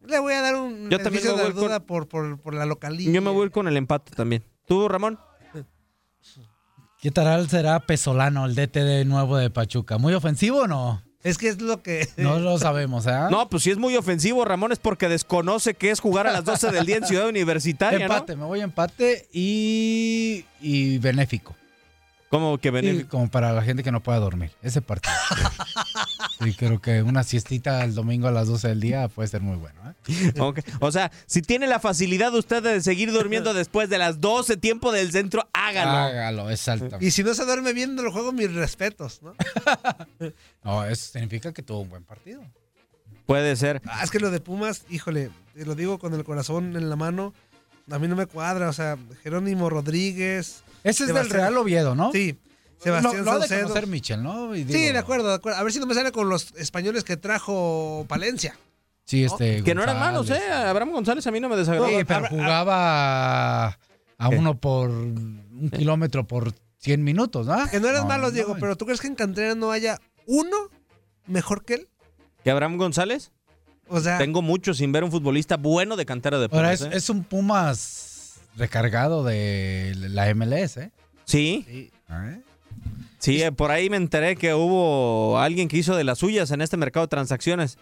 Speaker 3: Le voy a dar un
Speaker 11: Yo también me
Speaker 3: beneficio de la
Speaker 11: voy con-
Speaker 3: duda por, por, por la localidad.
Speaker 11: Yo me voy a ir con el empate también. ¿Tú, Ramón?
Speaker 2: ¿Qué tal será Pesolano, el DT de nuevo de Pachuca? ¿Muy ofensivo o no?
Speaker 3: Es que es lo que
Speaker 2: No lo sabemos, ¿ah?
Speaker 11: No, pues si es muy ofensivo, Ramón, es porque desconoce que es jugar a las 12 del día en Ciudad Universitaria, ¿no?
Speaker 2: empate, me voy a empate y, y benéfico.
Speaker 11: Como que
Speaker 2: Sí,
Speaker 11: benéfico.
Speaker 2: como para la gente que no pueda dormir, ese partido. Sí, creo que una siestita el domingo a las 12 del día puede ser muy bueno. ¿eh?
Speaker 11: Ok. O sea, si tiene la facilidad usted de seguir durmiendo después de las 12 tiempo del centro, hágalo.
Speaker 2: Hágalo, exactamente.
Speaker 3: Y si no se duerme viendo el juego, mis respetos, ¿no?
Speaker 2: No, eso significa que tuvo un buen partido.
Speaker 11: Puede ser.
Speaker 3: Ah, es que lo de Pumas, híjole, te lo digo con el corazón en la mano, a mí no me cuadra. O sea, Jerónimo Rodríguez.
Speaker 2: Ese es del
Speaker 3: Sebastián-
Speaker 2: Real Oviedo, ¿no?
Speaker 3: Sí,
Speaker 2: Lo,
Speaker 3: Sebastián
Speaker 2: lo ha de
Speaker 3: Saucedo.
Speaker 2: conocer Michel, ¿no? Y
Speaker 3: Sí,
Speaker 2: digo,
Speaker 3: de acuerdo, de acuerdo. A ver si no me sale con los españoles que trajo Palencia.
Speaker 2: Sí, este.
Speaker 11: Que no eran malos,
Speaker 2: González.
Speaker 11: ¿eh? Abraham González a mí no me desagrada.
Speaker 2: Sí, pero jugaba a uno por un
Speaker 11: ¿Eh?
Speaker 2: kilómetro por 100 minutos, ¿ah?
Speaker 3: Que no eran malos,
Speaker 2: no,
Speaker 3: Diego, pero ¿tú crees que en Cantera no haya uno mejor que él?
Speaker 11: ¿Y Abraham González?
Speaker 3: O sea,
Speaker 11: Tengo mucho sin ver un futbolista bueno de cantera de
Speaker 2: Ahora
Speaker 11: Pumas.
Speaker 2: es,
Speaker 11: ¿eh?
Speaker 2: es un Pumas recargado de la MLS, ¿eh?
Speaker 11: Sí,
Speaker 2: ¿Eh?
Speaker 11: sí, eh, por ahí me enteré que hubo alguien que hizo de las suyas en este mercado de transacciones.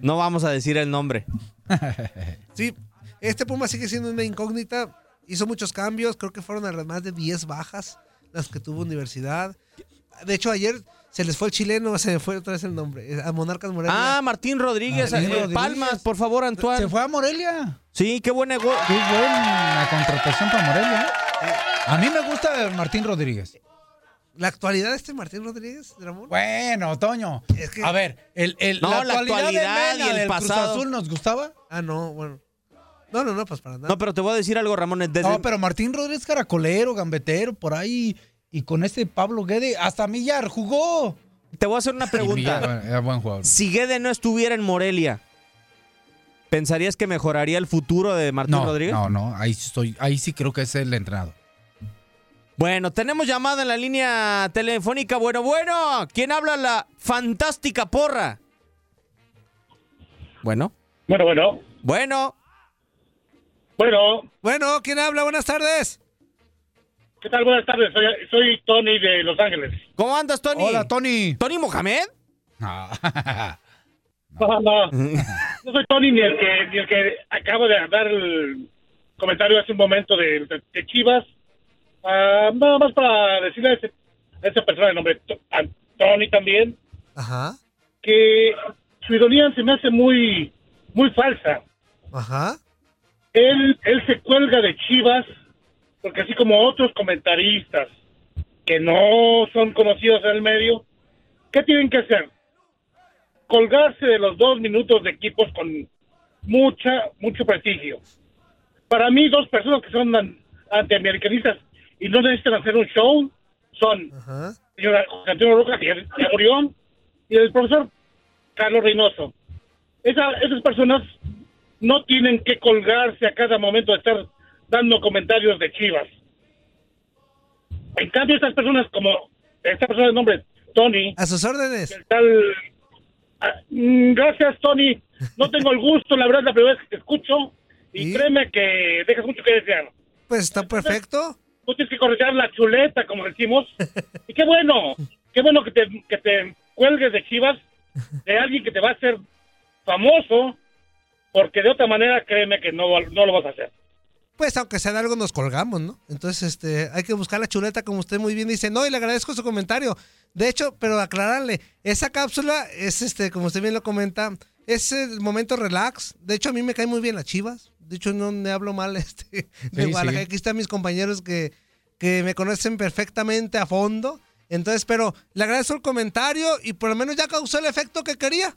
Speaker 11: No vamos a decir el nombre.
Speaker 3: sí, este Puma sigue siendo una incógnita. Hizo muchos cambios, creo que fueron a las más de 10 bajas las que tuvo Universidad. De hecho, ayer se les fue el chileno, se me fue otra vez el nombre. A Monarcas Morelia.
Speaker 11: Ah, Martín Rodríguez,
Speaker 3: Martín
Speaker 11: eh,
Speaker 3: Rodríguez.
Speaker 11: Palmas, por favor, Antoine.
Speaker 2: Se fue a Morelia.
Speaker 11: Sí, qué buen negocio.
Speaker 2: Qué buena contratación para Morelia. ¿eh? A mí me gusta Martín Rodríguez.
Speaker 3: La actualidad de este Martín Rodríguez, Ramón.
Speaker 2: Bueno, Toño.
Speaker 3: que-
Speaker 2: A ver, el, el-
Speaker 3: No, la
Speaker 2: del
Speaker 3: actualidad
Speaker 2: Mena
Speaker 3: y el
Speaker 2: del Cruz
Speaker 3: pasado.
Speaker 2: Azul nos gustaba.
Speaker 3: Ah, no, bueno. No, no, no, pues para nada.
Speaker 11: No, pero te voy a decir algo, Ramón. Desde,
Speaker 2: No, pero Martín Rodríguez caracolero, gambetero, por ahí. Y con este Pablo Guede, hasta Millar jugó.
Speaker 11: Te voy a hacer una pregunta.
Speaker 2: Era buen jugador.
Speaker 11: Si Guede no estuviera en Morelia, ¿pensarías que mejoraría el futuro de Martín
Speaker 2: No,
Speaker 11: Rodríguez?
Speaker 2: no, no, ahí sí estoy, ahí sí creo que es el entrenador.
Speaker 11: Bueno, tenemos llamada en la línea telefónica. Bueno, bueno, ¿quién habla la fantástica porra? Bueno.
Speaker 12: Bueno, bueno.
Speaker 11: Bueno.
Speaker 12: Bueno.
Speaker 3: Bueno, ¿quién habla? Buenas tardes.
Speaker 12: ¿Qué tal? Buenas tardes. Soy, soy Tony de Los Ángeles.
Speaker 11: ¿Cómo andas, Tony?
Speaker 2: Hola, Tony.
Speaker 11: ¿Tony Mohamed?
Speaker 12: No, no. No soy Tony ni el que, ni el que acaba de dar el comentario hace un momento de, de- de Chivas. Ah, nada más para decirle a, ese- a esa persona de nombre, To- a Tony también,
Speaker 3: Ajá,
Speaker 12: que su ironía se me hace muy, muy falsa.
Speaker 3: ajá.
Speaker 12: él, él se cuelga de Chivas, porque así como otros comentaristas que no son conocidos en el medio, ¿qué tienen que hacer? Colgarse de los dos minutos de equipos con mucha, mucho prestigio. Para mí, dos personas que son an- antiamericanistas y no necesitan hacer un show son el señor José Antonio Roca, que ya ya murió, y el profesor Carlos Reynoso. Esa- esas personas no tienen que colgarse a cada momento de estar dando comentarios de Chivas. En cambio, estas personas como esta persona de nombre Tony. ah, mm,
Speaker 3: A sus órdenes.
Speaker 12: gracias, Tony. No tengo el gusto, la verdad, es la primera vez que te escucho. Y, créeme que dejas mucho que desear.
Speaker 3: Pues está perfecto.
Speaker 12: Tú Pues tienes que corretear la chuleta, como decimos. Y qué bueno, qué bueno que te, que te cuelgues de Chivas, de alguien que te va a hacer famoso, porque de otra manera, créeme que no, no lo vas a hacer.
Speaker 3: Pues aunque sea de algo nos colgamos, ¿no? Entonces, este, hay que buscar la chuleta, como usted muy bien dice. No, y le agradezco su comentario. De hecho, pero aclararle, esa cápsula es, este, como usted bien lo comenta, es el momento relax. De hecho, a mí me caen muy bien las chivas. De hecho, no me hablo mal este, de
Speaker 2: Sí,
Speaker 3: Guadalajara.
Speaker 2: sí.
Speaker 3: Aquí están mis compañeros que, que me conocen perfectamente a fondo. Entonces, pero le agradezco el comentario y por lo menos ya causó el efecto que quería.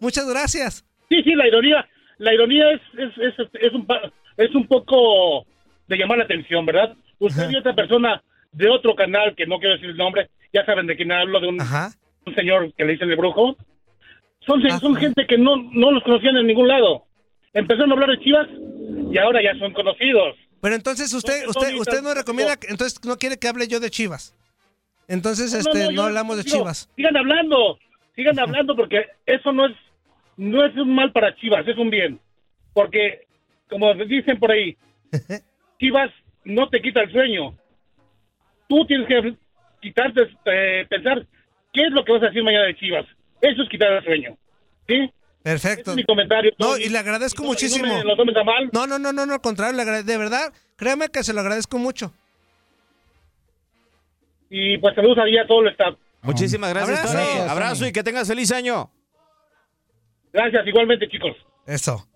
Speaker 3: Muchas gracias.
Speaker 12: Sí, sí, la ironía, la ironía es, es, es, es un, pa- es un poco de llamar la atención, ¿verdad? Usted y otra persona de otro canal, que no quiero decir el nombre, ya saben de quién hablo, de un, un señor que le dicen el brujo. Son,
Speaker 3: Ah,
Speaker 12: son gente que no, no los conocían en ningún lado. Empezaron a hablar de Chivas y ahora ya son conocidos.
Speaker 3: Pero entonces usted, usted,
Speaker 12: Tony,
Speaker 3: usted no
Speaker 12: tampoco.
Speaker 3: recomienda, que- entonces no quiere que hable yo de Chivas. Entonces, este, no,
Speaker 12: yo
Speaker 3: hablamos de
Speaker 12: digo,
Speaker 3: Chivas.
Speaker 12: Sigan hablando, sigan hablando porque eso no es no es un mal para Chivas, es un bien. Porque como dicen por ahí, Chivas no te quita el sueño. Tú tienes que quitarte eh, pensar qué es lo que vas a decir mañana de Chivas. Eso es quitar el sueño. ¿Sí?
Speaker 3: Perfecto.
Speaker 12: mi comentario.
Speaker 3: No,
Speaker 12: Tony.
Speaker 3: y le
Speaker 12: Y
Speaker 3: agradezco
Speaker 12: no- y no
Speaker 3: muchísimo.
Speaker 12: me lo tomes a mal.
Speaker 3: No, no, no, no, no, al contrario, le agrade- de verdad, créame que se lo agradezco mucho.
Speaker 12: Y pues saludos ahí a todo el staff.
Speaker 11: Muchísimas gracias,
Speaker 3: Abrazo.
Speaker 11: Tony.
Speaker 3: Gracias,
Speaker 11: Abrazo
Speaker 3: Tony.
Speaker 11: y que tengas feliz año.
Speaker 12: Gracias, igualmente, chicos.
Speaker 3: Eso.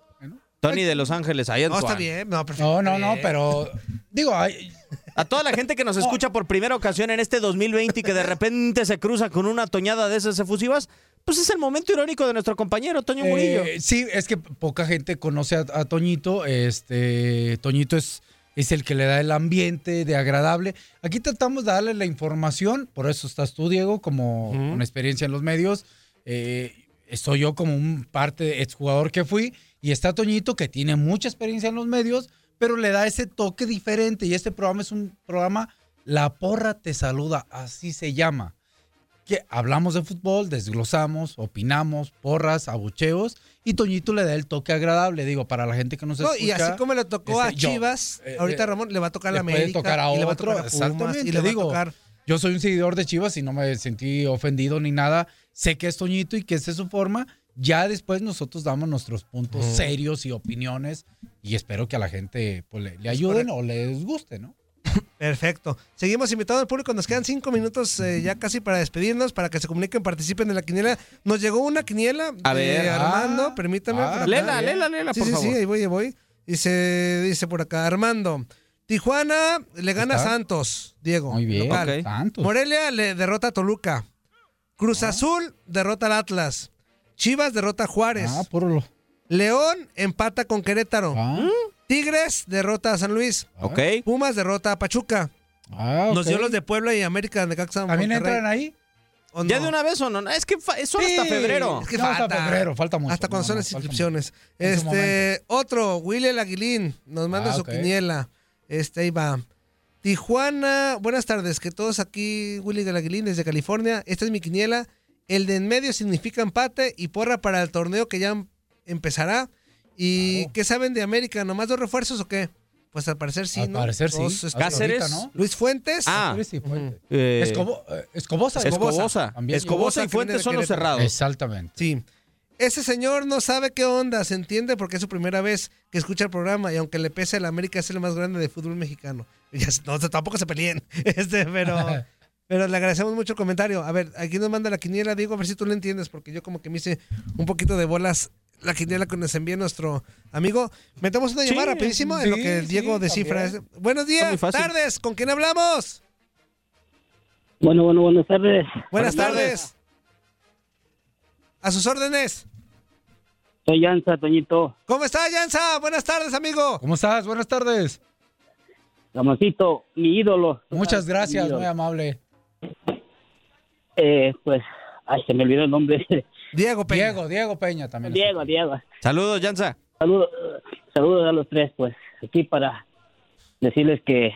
Speaker 11: Tony de Los Ángeles, ahí
Speaker 3: No,
Speaker 11: Antoine.
Speaker 3: está bien, no, perfecto.
Speaker 2: No, no, no, pero digo, ay,
Speaker 11: A toda la gente que nos escucha por primera ocasión en este 2020 y que de repente se cruza con una toñada de esas efusivas, pues es el momento irónico de nuestro compañero Toño Murillo.
Speaker 2: Eh, sí, es que poca gente conoce a, a Toñito. Este, Toñito es, es el que le da el ambiente de agradable. Aquí tratamos de darle la información, por eso estás tú, Diego, como
Speaker 11: Ujú.
Speaker 2: con experiencia en los medios. Eh, estoy yo como un parte de exjugador que fui. Y está Toñito, que tiene mucha experiencia en los medios, pero le da ese toque diferente. Y este programa es un programa, La Porra Te Saluda, así se llama que hablamos de fútbol, desglosamos, opinamos, porras, abucheos, y Toñito le da el toque agradable, digo, para la gente que nos
Speaker 3: No,
Speaker 2: escucha.
Speaker 3: y así como le tocó a
Speaker 2: este, yo,
Speaker 3: Chivas,
Speaker 2: eh,
Speaker 3: ahorita
Speaker 2: eh,
Speaker 3: Ramón le va a tocar a la
Speaker 2: le puede
Speaker 3: América
Speaker 2: tocar a
Speaker 3: y le va a
Speaker 2: otro,
Speaker 3: tocar a Pumas
Speaker 2: exactamente,
Speaker 3: y le va a
Speaker 2: digo,
Speaker 3: tocar
Speaker 2: Yo soy un seguidor de Chivas y no me sentí ofendido ni nada. Sé que es Toñito y que esa es su forma. Ya después nosotros damos nuestros puntos
Speaker 3: Ujú.
Speaker 2: serios y opiniones y espero que a la gente pues, le, le ayuden o les guste, ¿no?
Speaker 3: Perfecto. Seguimos invitando al público. Nos quedan cinco minutos eh, ya casi para despedirnos, para que se comuniquen, participen de la quiniela. Nos llegó una quiniela
Speaker 11: A
Speaker 3: de
Speaker 11: ver.
Speaker 3: Armando. permítame.
Speaker 11: ah,
Speaker 3: por acá.
Speaker 11: lela, lela, lela,
Speaker 3: Sí,
Speaker 11: por
Speaker 3: sí, sí,
Speaker 11: favor.
Speaker 3: ahí voy, ahí voy. Dice, dice por acá, Armando. Tijuana le gana a
Speaker 2: ¿Está?
Speaker 3: Santos, Diego.
Speaker 2: Muy bien.
Speaker 3: local.
Speaker 2: Ok. Santos.
Speaker 3: Morelia le derrota a Toluca. Cruz
Speaker 11: Ah.
Speaker 3: Azul derrota al Atlas. Chivas derrota a Juárez.
Speaker 2: Ah, por lo.
Speaker 3: León empata con Querétaro.
Speaker 11: Ah.
Speaker 3: Tigres derrota a San Luis.
Speaker 11: Ok.
Speaker 3: Pumas derrota a Pachuca.
Speaker 2: Ah,
Speaker 3: Nos
Speaker 2: ok.
Speaker 3: dio los de Puebla y América de Necaxa.
Speaker 2: ¿También
Speaker 3: Monterrey.
Speaker 2: entran ahí?
Speaker 3: ¿O
Speaker 11: ¿Ya
Speaker 3: no?
Speaker 11: de una vez o no? Es que fa- es solo hasta
Speaker 3: Sí,
Speaker 11: febrero.
Speaker 3: Es que
Speaker 2: No,
Speaker 3: falta.
Speaker 2: hasta febrero, falta mucho.
Speaker 3: Hasta cuando
Speaker 2: No,
Speaker 3: son
Speaker 2: no,
Speaker 3: las
Speaker 2: falta
Speaker 3: inscripciones.
Speaker 2: En su
Speaker 3: Este, otro, Willy el Aguilín, nos manda
Speaker 2: Ah,
Speaker 3: su
Speaker 2: ok.
Speaker 3: quiniela. Este, ahí va. Tijuana, buenas tardes, que todos aquí, Willy el Aguilín desde California. Esta es mi quiniela. El de en medio significa empate y porra para el torneo que ya em- empezará. ¿Y qué saben de América? ¿Nomás dos refuerzos o qué? Pues al parecer sí,
Speaker 2: Al
Speaker 3: ¿no?
Speaker 2: parecer sí.
Speaker 3: Dos, este,
Speaker 11: Cáceres.
Speaker 3: ahorita, ¿no? Luis Fuentes.
Speaker 11: Ah.
Speaker 2: Cáceres y Fuentes.
Speaker 11: Eh,
Speaker 2: Escobo- eh, Escobosa.
Speaker 11: Escobosa.
Speaker 2: También.
Speaker 11: Escobosa y
Speaker 3: que viene de
Speaker 11: Fuentes son los
Speaker 3: Querétaro.
Speaker 11: cerrados.
Speaker 2: Exactamente.
Speaker 3: Sí. Ese señor no sabe qué onda, se entiende porque es su primera vez que escucha el programa y aunque le pese, el América es el más grande de fútbol mexicano. Ya s- no, tampoco se peleen, este, pero, pero le agradecemos mucho el comentario. A ver, aquí nos manda la quiniela, Diego, a ver si tú lo entiendes porque yo como que me hice un poquito de bolas la quiniela que nos envía nuestro amigo. Metemos una
Speaker 11: Sí,
Speaker 3: llamada rapidísimo en lo que
Speaker 2: sí,
Speaker 3: Diego
Speaker 2: sí,
Speaker 3: descifra.
Speaker 2: también.
Speaker 3: ese- Buenos
Speaker 11: Está muy
Speaker 3: días,
Speaker 11: fácil.
Speaker 3: tardes, ¿con quién hablamos?
Speaker 13: Bueno, bueno, buenas tardes.
Speaker 3: Buenas, tardes. A sus órdenes.
Speaker 13: Soy Yanza, Toñito.
Speaker 3: ¿Cómo está, Yanza? Buenas tardes, amigo.
Speaker 2: ¿Cómo estás? Buenas tardes.
Speaker 13: Ramoncito, mi ídolo.
Speaker 2: Muchas gracias,
Speaker 13: Mi ídolo.
Speaker 2: muy amable.
Speaker 13: Eh, pues, ay, se me olvidó el nombre.
Speaker 3: Diego Peña.
Speaker 2: Diego, Diego Peña también.
Speaker 13: Diego, Diego.
Speaker 11: Saludos, Janza.
Speaker 13: Saludos, saludos a los tres, pues, aquí para decirles que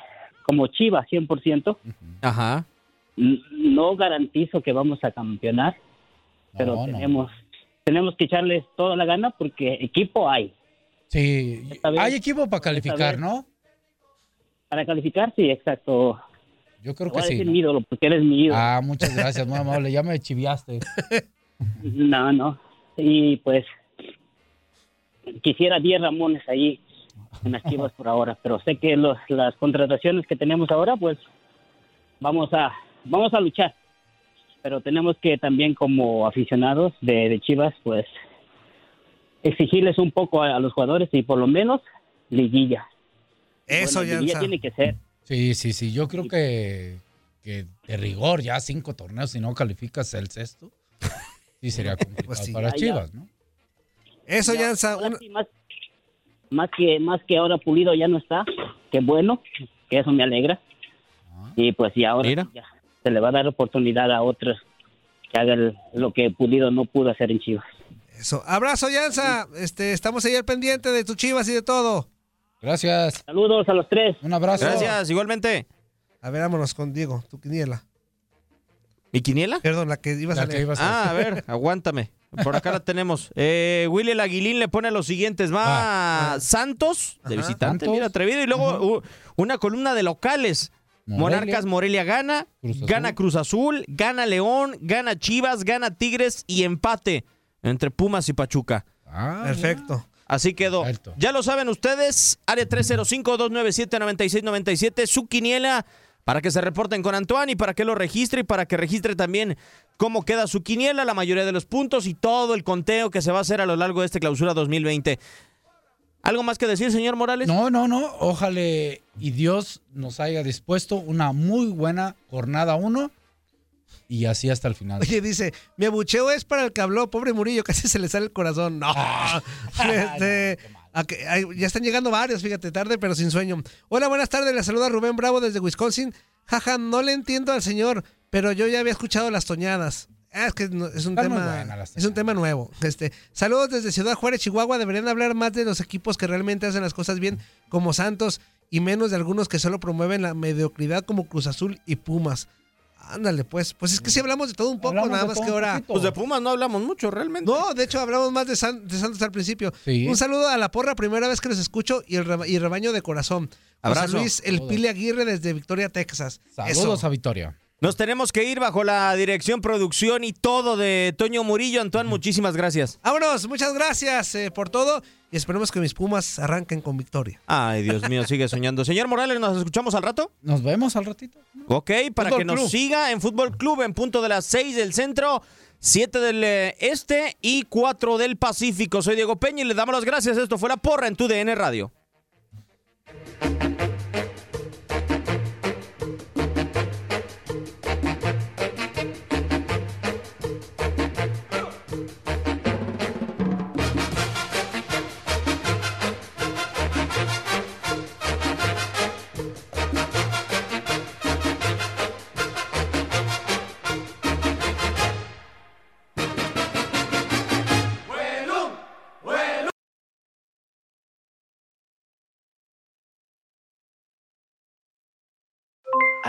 Speaker 13: como Chivas 100%,
Speaker 11: Ajá.
Speaker 13: n- no garantizo que vamos a campeonar, pero
Speaker 2: No, no.
Speaker 13: tenemos tenemos que echarles toda la gana porque equipo hay.
Speaker 2: Sí,
Speaker 13: Esta vez-
Speaker 2: hay equipo para
Speaker 13: esta
Speaker 2: calificar,
Speaker 13: vez-
Speaker 2: ¿no?
Speaker 13: Para calificar, sí, exacto.
Speaker 2: Yo creo
Speaker 13: Te voy
Speaker 2: que
Speaker 13: a
Speaker 2: sí.
Speaker 13: decir mi ídolo porque eres mi ídolo.
Speaker 2: Ah, muchas gracias, muy amable. Ya me chiviaste.
Speaker 13: No, no. Y pues quisiera 10 Ramones ahí en las Chivas por ahora, pero sé que los, las contrataciones que tenemos ahora, pues vamos a vamos a luchar. Pero tenemos que también como aficionados de, de Chivas, pues exigirles un poco a, a los jugadores y por lo menos liguilla.
Speaker 3: Eso,
Speaker 13: Bueno,
Speaker 3: Yanza.
Speaker 13: liguilla tiene que ser.
Speaker 2: Sí, sí, sí. Yo creo que, que de rigor, ya cinco torneos, si no calificas el sexto, sí sería complicado
Speaker 3: Pues sí.
Speaker 2: para
Speaker 13: Ah, ya.
Speaker 2: Chivas, ¿no?
Speaker 3: Eso, Yanza.
Speaker 13: Ahora
Speaker 3: un-
Speaker 13: sí, más, más que más que ahora Pulido ya no está, qué bueno, que eso me alegra. Y pues y
Speaker 11: Ah.
Speaker 13: ahora
Speaker 11: Mira.
Speaker 13: ya se le va a dar oportunidad a otros que hagan lo que Pulido no pudo hacer en Chivas.
Speaker 3: Eso. Abrazo, Yanza. Este, estamos ahí al pendiente de tus chivas y de todo.
Speaker 2: Gracias.
Speaker 13: Saludos a los tres.
Speaker 2: Un abrazo.
Speaker 11: Gracias, igualmente.
Speaker 3: A ver, vámonos con Diego, tu quiniela.
Speaker 11: ¿Mi quiniela?
Speaker 3: Perdón, la que ibas
Speaker 2: La
Speaker 3: a
Speaker 2: que
Speaker 3: leer.
Speaker 2: ibas a-
Speaker 11: Ah, a ver, aguántame. Por acá la tenemos. Eh, Willy el Aguilín le pone los siguientes. Va Santos, de
Speaker 3: Ajá.
Speaker 11: visitante,
Speaker 2: Ah. Santos.
Speaker 11: mira, atrevido. Y luego u- una columna de locales.
Speaker 2: Morelia.
Speaker 11: Monarcas Morelia gana,
Speaker 2: Cruz Azul.
Speaker 11: gana Cruz Azul, gana León, gana Chivas, gana Tigres y empate entre Pumas y Pachuca.
Speaker 2: Ah,
Speaker 3: Perfecto.
Speaker 11: Así quedó.
Speaker 2: Perfecto.
Speaker 11: Ya lo saben ustedes, área 305-297-9697, su quiniela para que se reporten con Antoine y para que lo registre y para que registre también cómo queda su quiniela, la mayoría de los puntos y todo el conteo que se va a hacer a lo largo de esta clausura 2020. ¿Algo más que decir, señor Morales?
Speaker 2: No, no, no. Ojalá y Dios nos haya dispuesto una muy buena jornada uno y así hasta el final.
Speaker 3: Oye, dice, mi abucheo es para el que habló, pobre Murillo, casi se le sale el corazón. No.
Speaker 2: Ah,
Speaker 3: Este, a que- ay, ya están llegando varios, fíjate, tarde pero sin sueño. Hola, buenas tardes, le saluda Rubén Bravo desde Wisconsin. Jaja, no le entiendo al señor, pero yo ya había
Speaker 11: Pues
Speaker 3: escuchado las toñadas. Ah, es que no- es un
Speaker 2: Están muy
Speaker 3: tema
Speaker 2: buenas las
Speaker 3: es un tema nuevo. Este, saludos desde Ciudad Juárez, Chihuahua. Deberían hablar más de los equipos que realmente hacen las cosas bien, como Santos, y menos de algunos que solo promueven la mediocridad como Cruz Azul y Pumas. Ándale, pues. Pues es que si hablamos de todo un poco,
Speaker 2: Hablamos
Speaker 3: nada
Speaker 2: de
Speaker 3: más
Speaker 2: todo
Speaker 3: que
Speaker 2: un
Speaker 3: ahora.
Speaker 2: poquito.
Speaker 11: Pues de Pumas no hablamos mucho realmente.
Speaker 3: No, de hecho hablamos más de, San- de Santos al principio.
Speaker 2: Sí.
Speaker 3: Un saludo a la porra, primera vez que los escucho y, el reba- y rebaño de corazón. José
Speaker 11: Abrazo.
Speaker 3: Luis El
Speaker 2: Saludos.
Speaker 3: Pile Aguirre desde Victoria, Texas.
Speaker 2: Saludos
Speaker 3: Eso.
Speaker 2: a Victoria.
Speaker 11: Nos tenemos que ir bajo la dirección, producción y todo de Toño Murillo. Antoine, muchísimas gracias.
Speaker 3: Vámonos, Pues muchas gracias eh, por todo y esperemos que mis Pumas Pues arranquen con victoria.
Speaker 11: Ay, Dios mío, sigue soñando. Señor Morales, ¿nos escuchamos al rato?
Speaker 2: Nos vemos al ratito.
Speaker 11: Ok, para
Speaker 2: Fútbol
Speaker 11: que nos
Speaker 2: Club.
Speaker 11: siga en Fútbol Club en punto de las 6 del centro, 7 del eh, este y 4 del Pacífico. Soy Diego Peña y les damos las gracias. Esto fue La Porra en tu DN Radio.